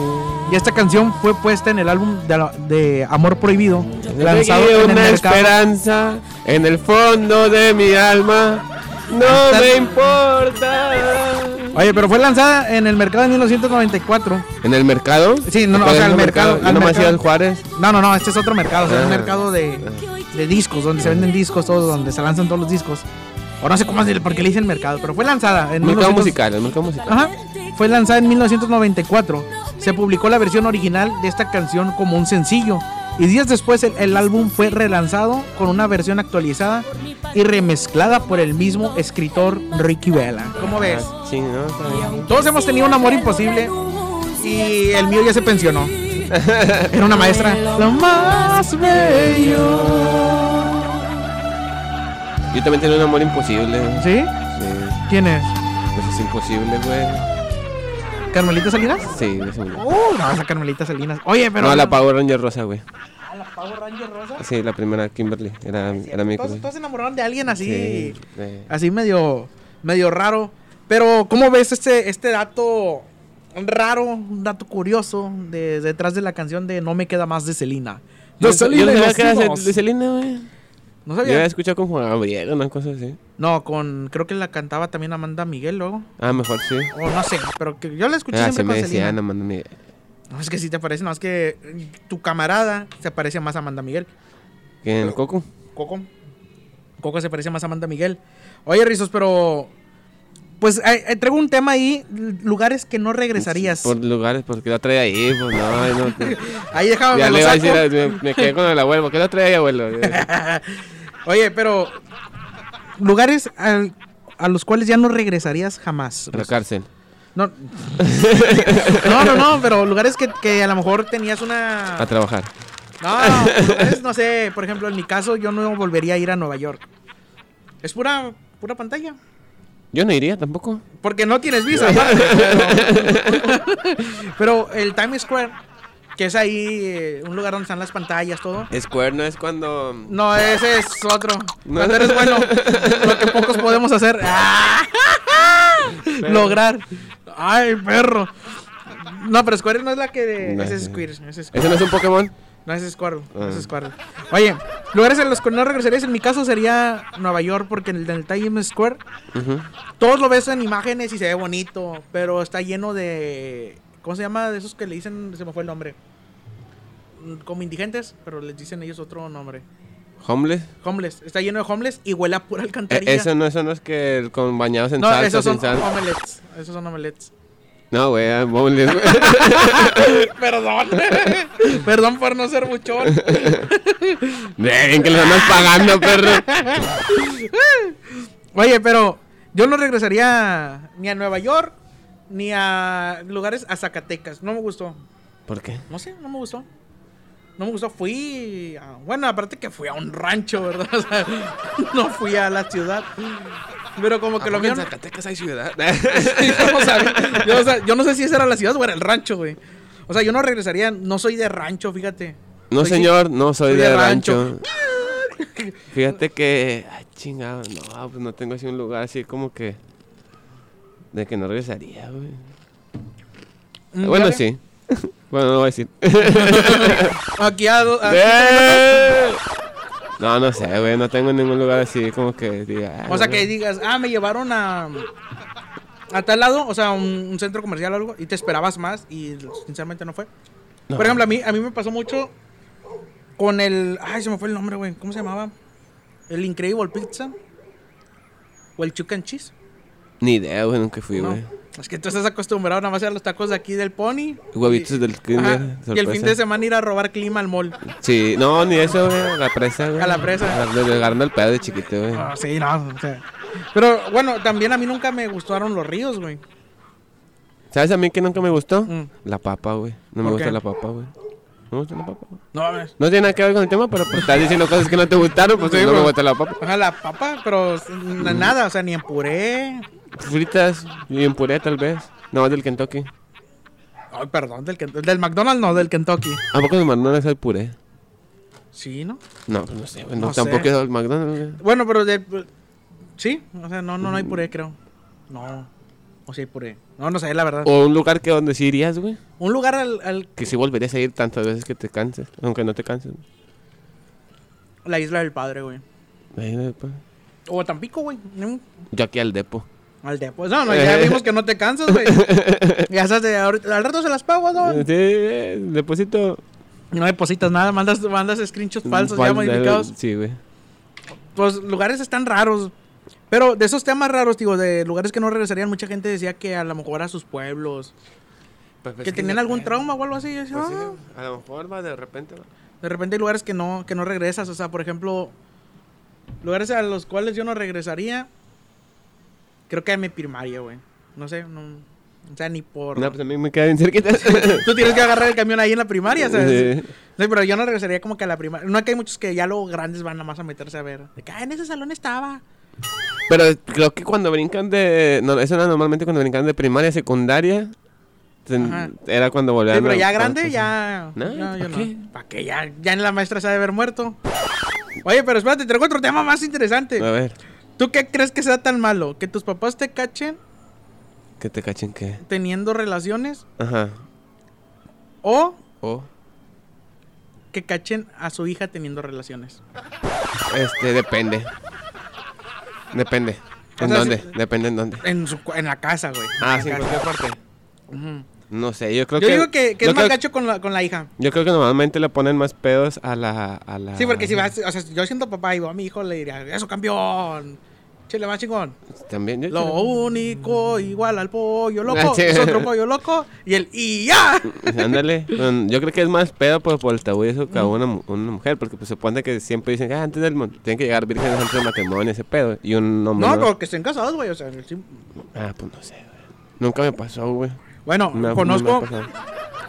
F: Y esta canción fue puesta en el álbum de, la- de Amor Prohibido, lanzado
C: Conseguí
F: en el
C: una
F: mercado.
C: esperanza en el fondo de mi alma. No me importa.
F: Oye, pero fue lanzada en el mercado en 1994.
C: ¿En el mercado?
F: Sí, no, no, o
C: Pero
F: sea,
C: en
F: el mercado,
C: Yo
F: al
C: nomás
F: mercado.
C: iba al Juárez.
F: No, no, no, este es otro mercado, o sea, es un
C: Ah.
F: mercado de, de discos, donde se venden discos, todos, donde se lanzan todos los discos. O no sé Ah, cómo es, el- por qué le dicen mercado, pero fue lanzada en
C: Mercado
F: 1900
C: musical, el mercado musical.
F: Ajá.
B: fue lanzada en 1994. Se publicó la versión original de esta canción como un sencillo. Y días después el, el álbum fue relanzado con una versión actualizada y remezclada por el mismo escritor Ricky Vela. ¿Cómo
F: pues.
B: ves?
C: Chingón, Ah, está bien.
B: Todos hemos tenido un amor imposible y el mío ya se pensionó. Era una maestra. Lo más bello.
C: Yo también tenía un amor imposible, güey.
B: ¿Sí?
C: Sí,
B: ¿Quién es?
C: pues es imposible, güey.
B: ¿Carmelita Salinas?
C: Sí, de seguro.
B: Uh, no, esa Carmelita Salinas. Oye, pero.
C: No, la Power Ranger rosa, güey.
B: Power Ranger Rosa.
C: Sí, la primera Kimberly. Era, era mi
B: Todos,
C: cosa.
B: todos se enamoraron de alguien así.
C: Sí, güey.
F: Ah,
B: Así medio. medio raro. Pero, ¿cómo ves este, este dato raro, un dato curioso de, detrás de la canción de No me queda más de Selena?
C: Yo
B: De
C: no
B: Selena y
C: sabía
B: los
C: que era
B: Dinos.
C: de Selena, güey.
B: ¿No
C: Yo
B: sabía?
C: había escuchado con Juan Gabriel, una cosa así.
B: No, con. Creo que la cantaba también Amanda Miguel luego.
C: Ah, mejor sí.
B: O no sé, pero que yo la escuché
C: Ah, se
B: siempre
C: me
B: con
C: decía,
B: Selena.
C: no manda mi.
B: No, es que sí te parece, no, es que mm, tu camarada se parece más a Amanda Miguel.
C: ¿Quién? ¿El Coco?
B: Coco. Coco se parece más a Amanda Miguel. Oye, Rizos, pero. Pues eh, eh, traigo un tema ahí, l- lugares que no regresarías.
C: Por lugares, porque la trae ahí, pues no, ay,
B: *laughs*
C: no.
B: Ahí déjame
C: Ya
B: me lo
C: le iba a
B: saco.
C: decir, a- me, me quedé con el abuelo, ¿por qué la trae
B: *laughs*
C: ahí, abuelo?
B: Oye, pero. Lugares al- a los cuales ya no regresarías jamás.
C: A la cárcel.
B: No, no, no, no, pero lugares que, que a lo mejor tenías una.
C: A trabajar.
B: No, lugares, no sé, por ejemplo, en mi caso yo no volvería a ir a Nueva York. Es pura, pura pantalla.
C: Yo no iría tampoco.
B: Porque no tienes
C: *laughs*
B: visa. aparte, pero, pero el Times Square, que es ahí eh, un lugar donde están las pantallas, todo.
C: Square no es cuando.
B: No, ese es otro.
C: No.
B: Cuando eres bueno, lo que pocos podemos hacer. *laughs* Lograr. Ay, perro. No, pero Square no es la que...
C: No,
B: ese es
C: sí.
B: Square. Ese es
C: *laughs* ¿Ese no es un Pokémon?
B: no, ese es Squirrel. ese es
C: Ah.
B: Squirrel. Oye, lugares en los que no regresarías, en mi caso sería Nueva York, porque en el, en el Times Square
C: Ujú.
B: todos lo ves en imágenes y se ve bonito, pero está lleno de. ¿Cómo se llama? De esos que le dicen. Se me fue el nombre. Mm, Como indigentes, pero les dicen ellos otro nombre.
C: ¿Homeless?
B: Homeless. Está lleno de homeless y huele a pura
C: Eh,
B: alcantarilla.
C: eso no, eso no es que el- con bañados en
B: no,
C: salsa,
B: esos son
C: sin salsa.
B: omelets. Esos son omelets.
C: No, güey, ah, homeless, güey. *laughs*
B: Perdón. *laughs* Perdón por no ser buchón.
C: Ven, que les andas pagando, perro.
B: Oye, pero yo no regresaría ni a Nueva York ni a lugares a Zacatecas. No me gustó.
C: ¿Por qué?
B: No sé, no me gustó. No me gustó. Fui. a- bueno, aparte que fui a un rancho, ¿verdad? *laughs* O sea, no fui a la ciudad. Pero como que lo mío.
C: Zacatecas hay ciudad. *laughs*
B: Sí, ¿cómo sabe? *laughs* Yo, o sea, yo no sé si esa era la ciudad o era el rancho, güey. O sea, yo no regresaría. No soy de rancho, fíjate.
C: No,
B: Soy-
C: señor, no soy,
B: soy
C: de,
B: de
C: rancho.
B: *laughs*
C: Fíjate que. Ay, chingado. No, pues no tengo así un lugar así como que. De que no regresaría, güey.
B: Mm,
C: bueno,
B: ¿vale?
C: sí. *laughs* bueno, no voy
B: *laughs*
C: a decir.
B: Aquí a. do- a-
C: ¡Eh! No, no sé, güey. No tengo ningún lugar así como que diga.
B: O sea, que
C: "Ay,
B: digas, ah, me llevaron a. A tal lado, o sea, un, un centro comercial o algo, y te esperabas más, y sinceramente no fue.
C: No.
B: Por ejemplo, a mí, a mí me pasó mucho con el. Ay, se me fue el nombre, güey. ¿Cómo se llamaba? El Incredible Pizza. O el Chicken Cheese.
C: Ni idea, güey. Nunca fui,
B: No.
C: güey.
B: Es que tú estás acostumbrado nada más a los tacos de aquí del Pony.
C: Huevitos
B: y-
C: del crimen.
B: Ajá, Y el
C: sorpresa.
B: fin de semana ir a robar clima al mall.
C: Sí, no, ni eso, güey. A la presa, güey.
B: A la presa.
C: Le le agarrando el pedo de chiquito, güey.
B: Ah, sí, no, o sea. Pero bueno, también a mí nunca me gustaron los ríos, güey.
C: ¿Sabes a mí que nunca me gustó?
B: Mm.
C: La papa, güey. No me
B: ¿Por
C: gusta
B: qué?
C: la papa, güey. No me gusta la papa. güey.
B: No, mames.
C: No tiene nada que ver con el tema, pero pues estás diciendo cosas que no te gustaron, pues no me gusta la papa.
B: Ajá, la papa, pero s- na- nada, o sea, ni en puré.
C: Fritas y en puré, tal vez. No, del Kentucky.
B: Ay, perdón, del, Ken- del McDonald's no, del Kentucky.
C: ¿A poco de McDonald's hay puré?
B: Sí, ¿no?
C: No, pues no sé, güey. No,
B: No sé.
C: tampoco es el McDonald's, güey.
B: Bueno, pero de... Sí, o sea, no, no, no hay puré, creo. No, o sea, hay puré. No, no sé, la verdad.
C: O un lugar que donde sí irías, güey.
B: Un lugar al... al-
C: Que sí volverías a ir tantas veces que te canses. Aunque no te canses. güey.
B: la isla del padre, güey.
C: Ahí, güey, pues.
B: O a Tampico, güey. Mm,
C: Yo aquí al depo.
B: Al de... Pues no, no, ya
C: Eh.
B: vimos que no te cansas,
C: *laughs*
B: güey. ya estás de... ahorita- Al rato se las pago, ¿no?
C: Sí, eh, deposito.
B: No depositas nada, mandas, mandas screenshots falsos ya
C: Fal-
B: modificados.
C: Sí, güey.
B: Pues lugares están raros. Pero de esos temas raros, digo, de lugares que no regresarían, mucha gente decía que a lo mejor a sus pueblos,
C: Pues, pues,
B: que
C: sí,
B: tenían
C: de
B: algún
C: repente,
B: trauma o algo así. yo decía,
C: pues, sí,
B: "Ah".
C: a lo mejor va de repente. va.
B: De repente hay lugares que no, que no regresas. O sea, por ejemplo, lugares a los cuales yo no regresaría. Creo que a mi primaria, güey. No sé, no. O sea, ni por.
C: No, pues a mí me queda
B: *laughs*
C: bien cerquita.
B: Tú tienes que agarrar el camión ahí en la primaria, ¿sabes?
C: Sí.
B: Sí, pero yo no regresaría como que a la primaria. No, que hay muchos que ya luego grandes van nomás a meterse a ver. De que, ah, en ese salón estaba.
C: Pero creo que cuando brincan de. No, eso era normalmente cuando brincan de primaria a secundaria. ten-
B: Ajá.
C: Era cuando
B: Sí,
C: volvían.
B: pero
C: a-
B: ya
C: a-
B: grande,
C: pues,
B: ya.
C: No,
B: ya, yo
C: ¿pa' qué?
B: ¿Para qué? Ya, ya en la maestra se ha de haber muerto. Oye, pero espérate, traigo otro tema más interesante.
C: A ver,
B: ¿Tú qué crees que sea tan malo? ¿Que tus papás te cachen
C: que te cachen que.
B: teniendo relaciones?
C: Ajá.
B: ¿O
C: O.
B: que cachen a su hija teniendo relaciones?
C: Este, depende. Depende.
B: O
C: ¿En
B: sea,
C: dónde?
B: sí-
C: Depende en dónde.
B: En, su, cu- en la casa, güey.
C: Ah,
B: En
C: sí,
B: la
C: en
B: casa.
C: cualquier parte.
B: Ujú.
C: No sé, yo creo
B: Yo
C: que.
B: digo que, que
C: yo
B: es más
C: creo-
B: gacho con la, con la hija.
C: Yo creo que normalmente le ponen más pedos a la. A la
B: Sí, porque si vas, o sea, yo siento papá y voy a mi hijo le diría, eso campeón. Chile más chingón.
C: También yo.
B: Lo único igual al pollo
C: Ah,
B: loco.
C: sí.
B: Es otro pollo loco. Y el y ya.
C: *laughs* Ándale. Bueno, Yo creo que es más pedo por, por el tabú y eso que
B: Mm.
C: a una, mu- una mujer. Porque pues, se supone que siempre dicen que ah, antes del. mon- Tienen que llegar vírgenes antes del matrimonio, ese pedo. Y un hombre.
B: No, pero que estén casados, güey. O sea, sí.
C: Ah, pues no sé, güey. Nunca me pasó, güey.
B: Bueno,
C: Me- me
B: Ah, conozco.
C: ha pasado.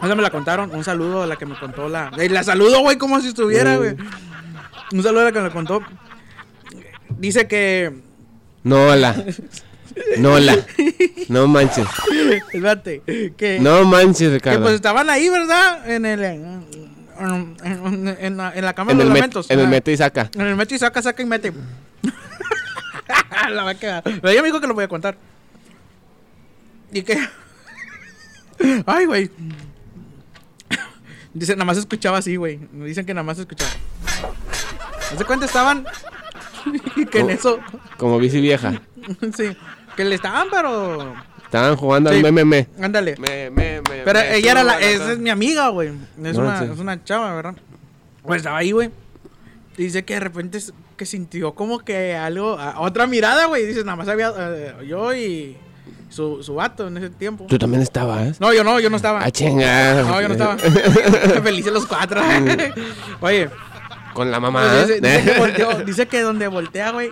B: Esa me la contaron. Un saludo a la que me contó la. Eh, La saludo, güey, como si estuviera,
C: Sí.
B: güey. Un saludo a la que me la contó. Dice que.
C: No, la. No, la. No manches.
B: Espérate. Que,
C: No manches,
B: que
C: Ricardo.
B: pues estaban ahí, ¿verdad? En el. En, en- en la, en la Cámara
C: en,
B: de
C: el
B: los
C: met,
B: Lamentos.
C: en el
B: Ah,
C: metro y saca.
B: En el metro y saca, saca y mete. *laughs* la va a quedar. Pero ella me dijo que lo voy a contar. Y que. *laughs* Ay, güey. Dice, nada más escuchaba así, güey. Me dicen que nada más escuchaba. ¿No se cuenta? Estaban. *laughs* y que en
C: Oh.
B: eso. *laughs*
C: Como bici vieja.
B: sí. Que le estaban, pero.
C: Estaban jugando
B: Sí.
C: al MMM.
B: Ándale.
C: Me, me, me,
B: Pero
C: Este, me
B: ella era la.
C: subo a
B: Esa es mi amiga, güey. Es,
C: No,
B: una,
C: sí.
B: es una chava, ¿verdad? Pues estaba ahí, güey. Dice que de repente s- que sintió como que algo. a- otra mirada, güey. Dice, nada más había. eh, yo y su, su vato en ese tiempo.
C: Tú también estabas.
B: No, yo no, yo no estaba.
C: Ah, chinga.
B: No, yo no estaba. *laughs* Felices los cuatro. Oye.
C: *laughs* Con la mamá.
B: pues dice, dice
C: *laughs*
B: que
C: ¿eh?
B: volteó- dice que donde voltea, güey.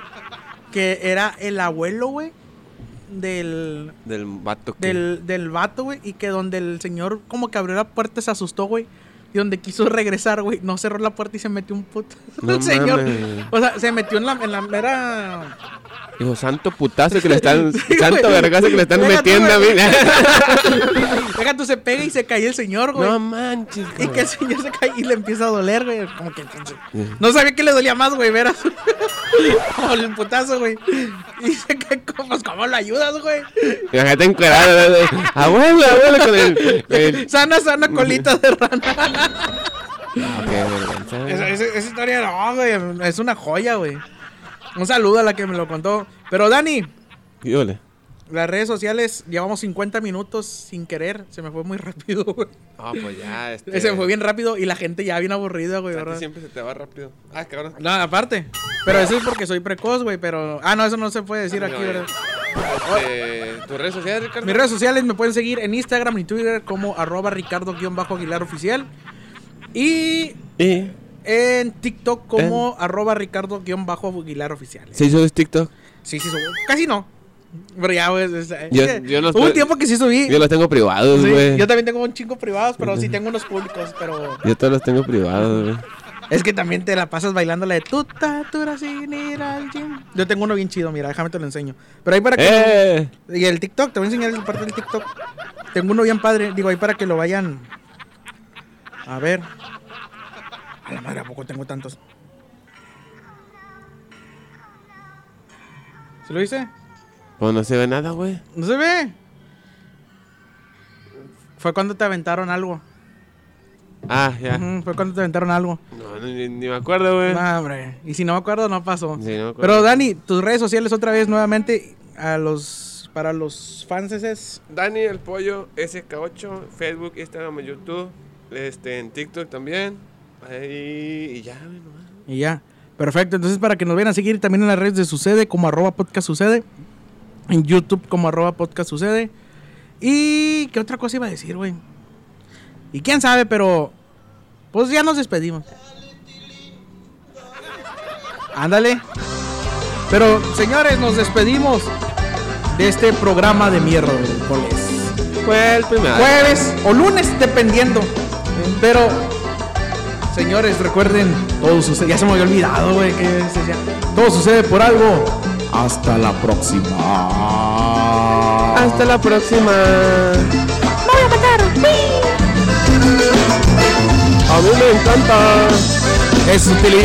B: Que era el abuelo, güey. Del,
C: Del vato que-
B: del, del vato, güey, y que donde el señor como que abrió la puerta se asustó, güey. Y donde quiso regresar, güey, no cerró la puerta y se metió un puto. *laughs*
C: No
B: el señor.
C: mames.
B: O sea, se metió en la, en la mera.
C: Dijo, santo putazo que le
B: *laughs*
C: están.
B: Sí,
C: santo
B: güey.
C: vergazo que le están
B: Deja tú,
C: metiendo a mí.
B: Deja tú, se pega y se cae el señor, güey.
C: *laughs* no manches,
B: y
C: güey.
B: que el señor se cae y le empieza a doler, güey. Como que. No sabía que le dolía más, güey, veras. *laughs* Como el putazo, güey. Y se cae, como- pues, ¿cómo lo ayudas, güey?
C: Imagínate encuerada. ¿no? Abuelo, abuelo, con el.
B: *laughs*
C: el-
B: Sana, sana colita de rana.
C: Ah, qué vergüenza, güey.
B: Esa, esa- esa historia no, güey. Es una joya, güey. Un saludo a la que me lo contó. Pero Dani,
C: Y ole.
B: las redes sociales llevamos 50 minutos sin querer. Se me fue muy rápido, *laughs* güey.
C: Ah, pues ya. Este,
B: Se me fue bien rápido y la gente ya bien aburrida, güey,
C: A ti
B: ¿verdad?
C: siempre se te va rápido. Ah, cabrón.
B: No, aparte. Pero eso es porque soy precoz, güey. Pero. Ah, no, eso no se puede decir
C: No,
B: aquí,
C: ya.
B: ¿verdad?
C: Este, ¿Tus redes sociales, Ricardo?
B: Mis redes sociales me pueden seguir en Instagram y Twitter como arroba ricardo-aguilar oficial. Y
C: Y.
B: en TikTok como arroba ricardo-aguilar oficial.
C: ¿Se hizo TikTok?
B: Sí, sí, subo. Casi no. Pero ya, güey. o sea,
C: Yo-
B: es que
C: yo los
B: hubo un
C: pre-
B: tiempo que sí subí.
C: Yo los tengo privados,
B: Sí,
C: güey.
B: yo también tengo un chingo privados, pero sí tengo unos públicos. Pero
C: Yo todos los tengo
B: *laughs*
C: privados, güey.
B: es que también te la pasas bailando la de tu tatura sin ir al gym. Yo tengo uno bien chido, mira, déjame te lo enseño. Pero ahí para que.
C: ¡Eh!
B: Y el TikTok, te voy a enseñar el parte del TikTok. Tengo uno bien padre, digo, ahí para que lo vayan. A ver. A la madre, ¿a poco tengo tantos? ¿Se lo hice?
C: Pues no se ve nada, güey.
B: No se ve. Fue cuando te aventaron algo.
C: Ah, ya.
B: Ujú, Ah, fue cuando te aventaron algo.
C: No, no, ni, ni me acuerdo, güey.
B: No, hombre. Y si no me acuerdo, no pasó.
C: Sí, no me acuerdo.
B: Pero Dani, tus redes sociales otra vez nuevamente a los para los fans es
C: Dani el Pollo SK8, Facebook, Instagram, YouTube, este, en TikTok también. Ahí, y ya, güey, nomás.
B: y ya. Perfecto, entonces para que nos vayan a seguir también en las redes de Sucede como arroba podcast sucede, en YouTube como arroba podcast sucede. Y qué otra cosa iba a decir, güey. Y quién sabe, pero pues ya nos despedimos. Ándale. Pero señores, nos despedimos de este programa de mierda, güey.
C: Fue el primero.
B: Jueves o lunes, dependiendo. Pero, señores, recuerden, todo sucede. Ya se me había olvidado, güey, que se decía, Todo sucede por algo.
A: Hasta la próxima.
C: Hasta la próxima. A mí me encanta.
B: Es un pilín.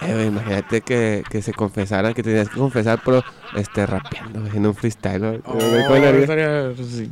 C: Eh, güey, imagínate que, que se confesaran, que tenías que confesar, pero Oh, este, rapeando, güey, en un freestyle. güey. Fue la verga.
B: sí.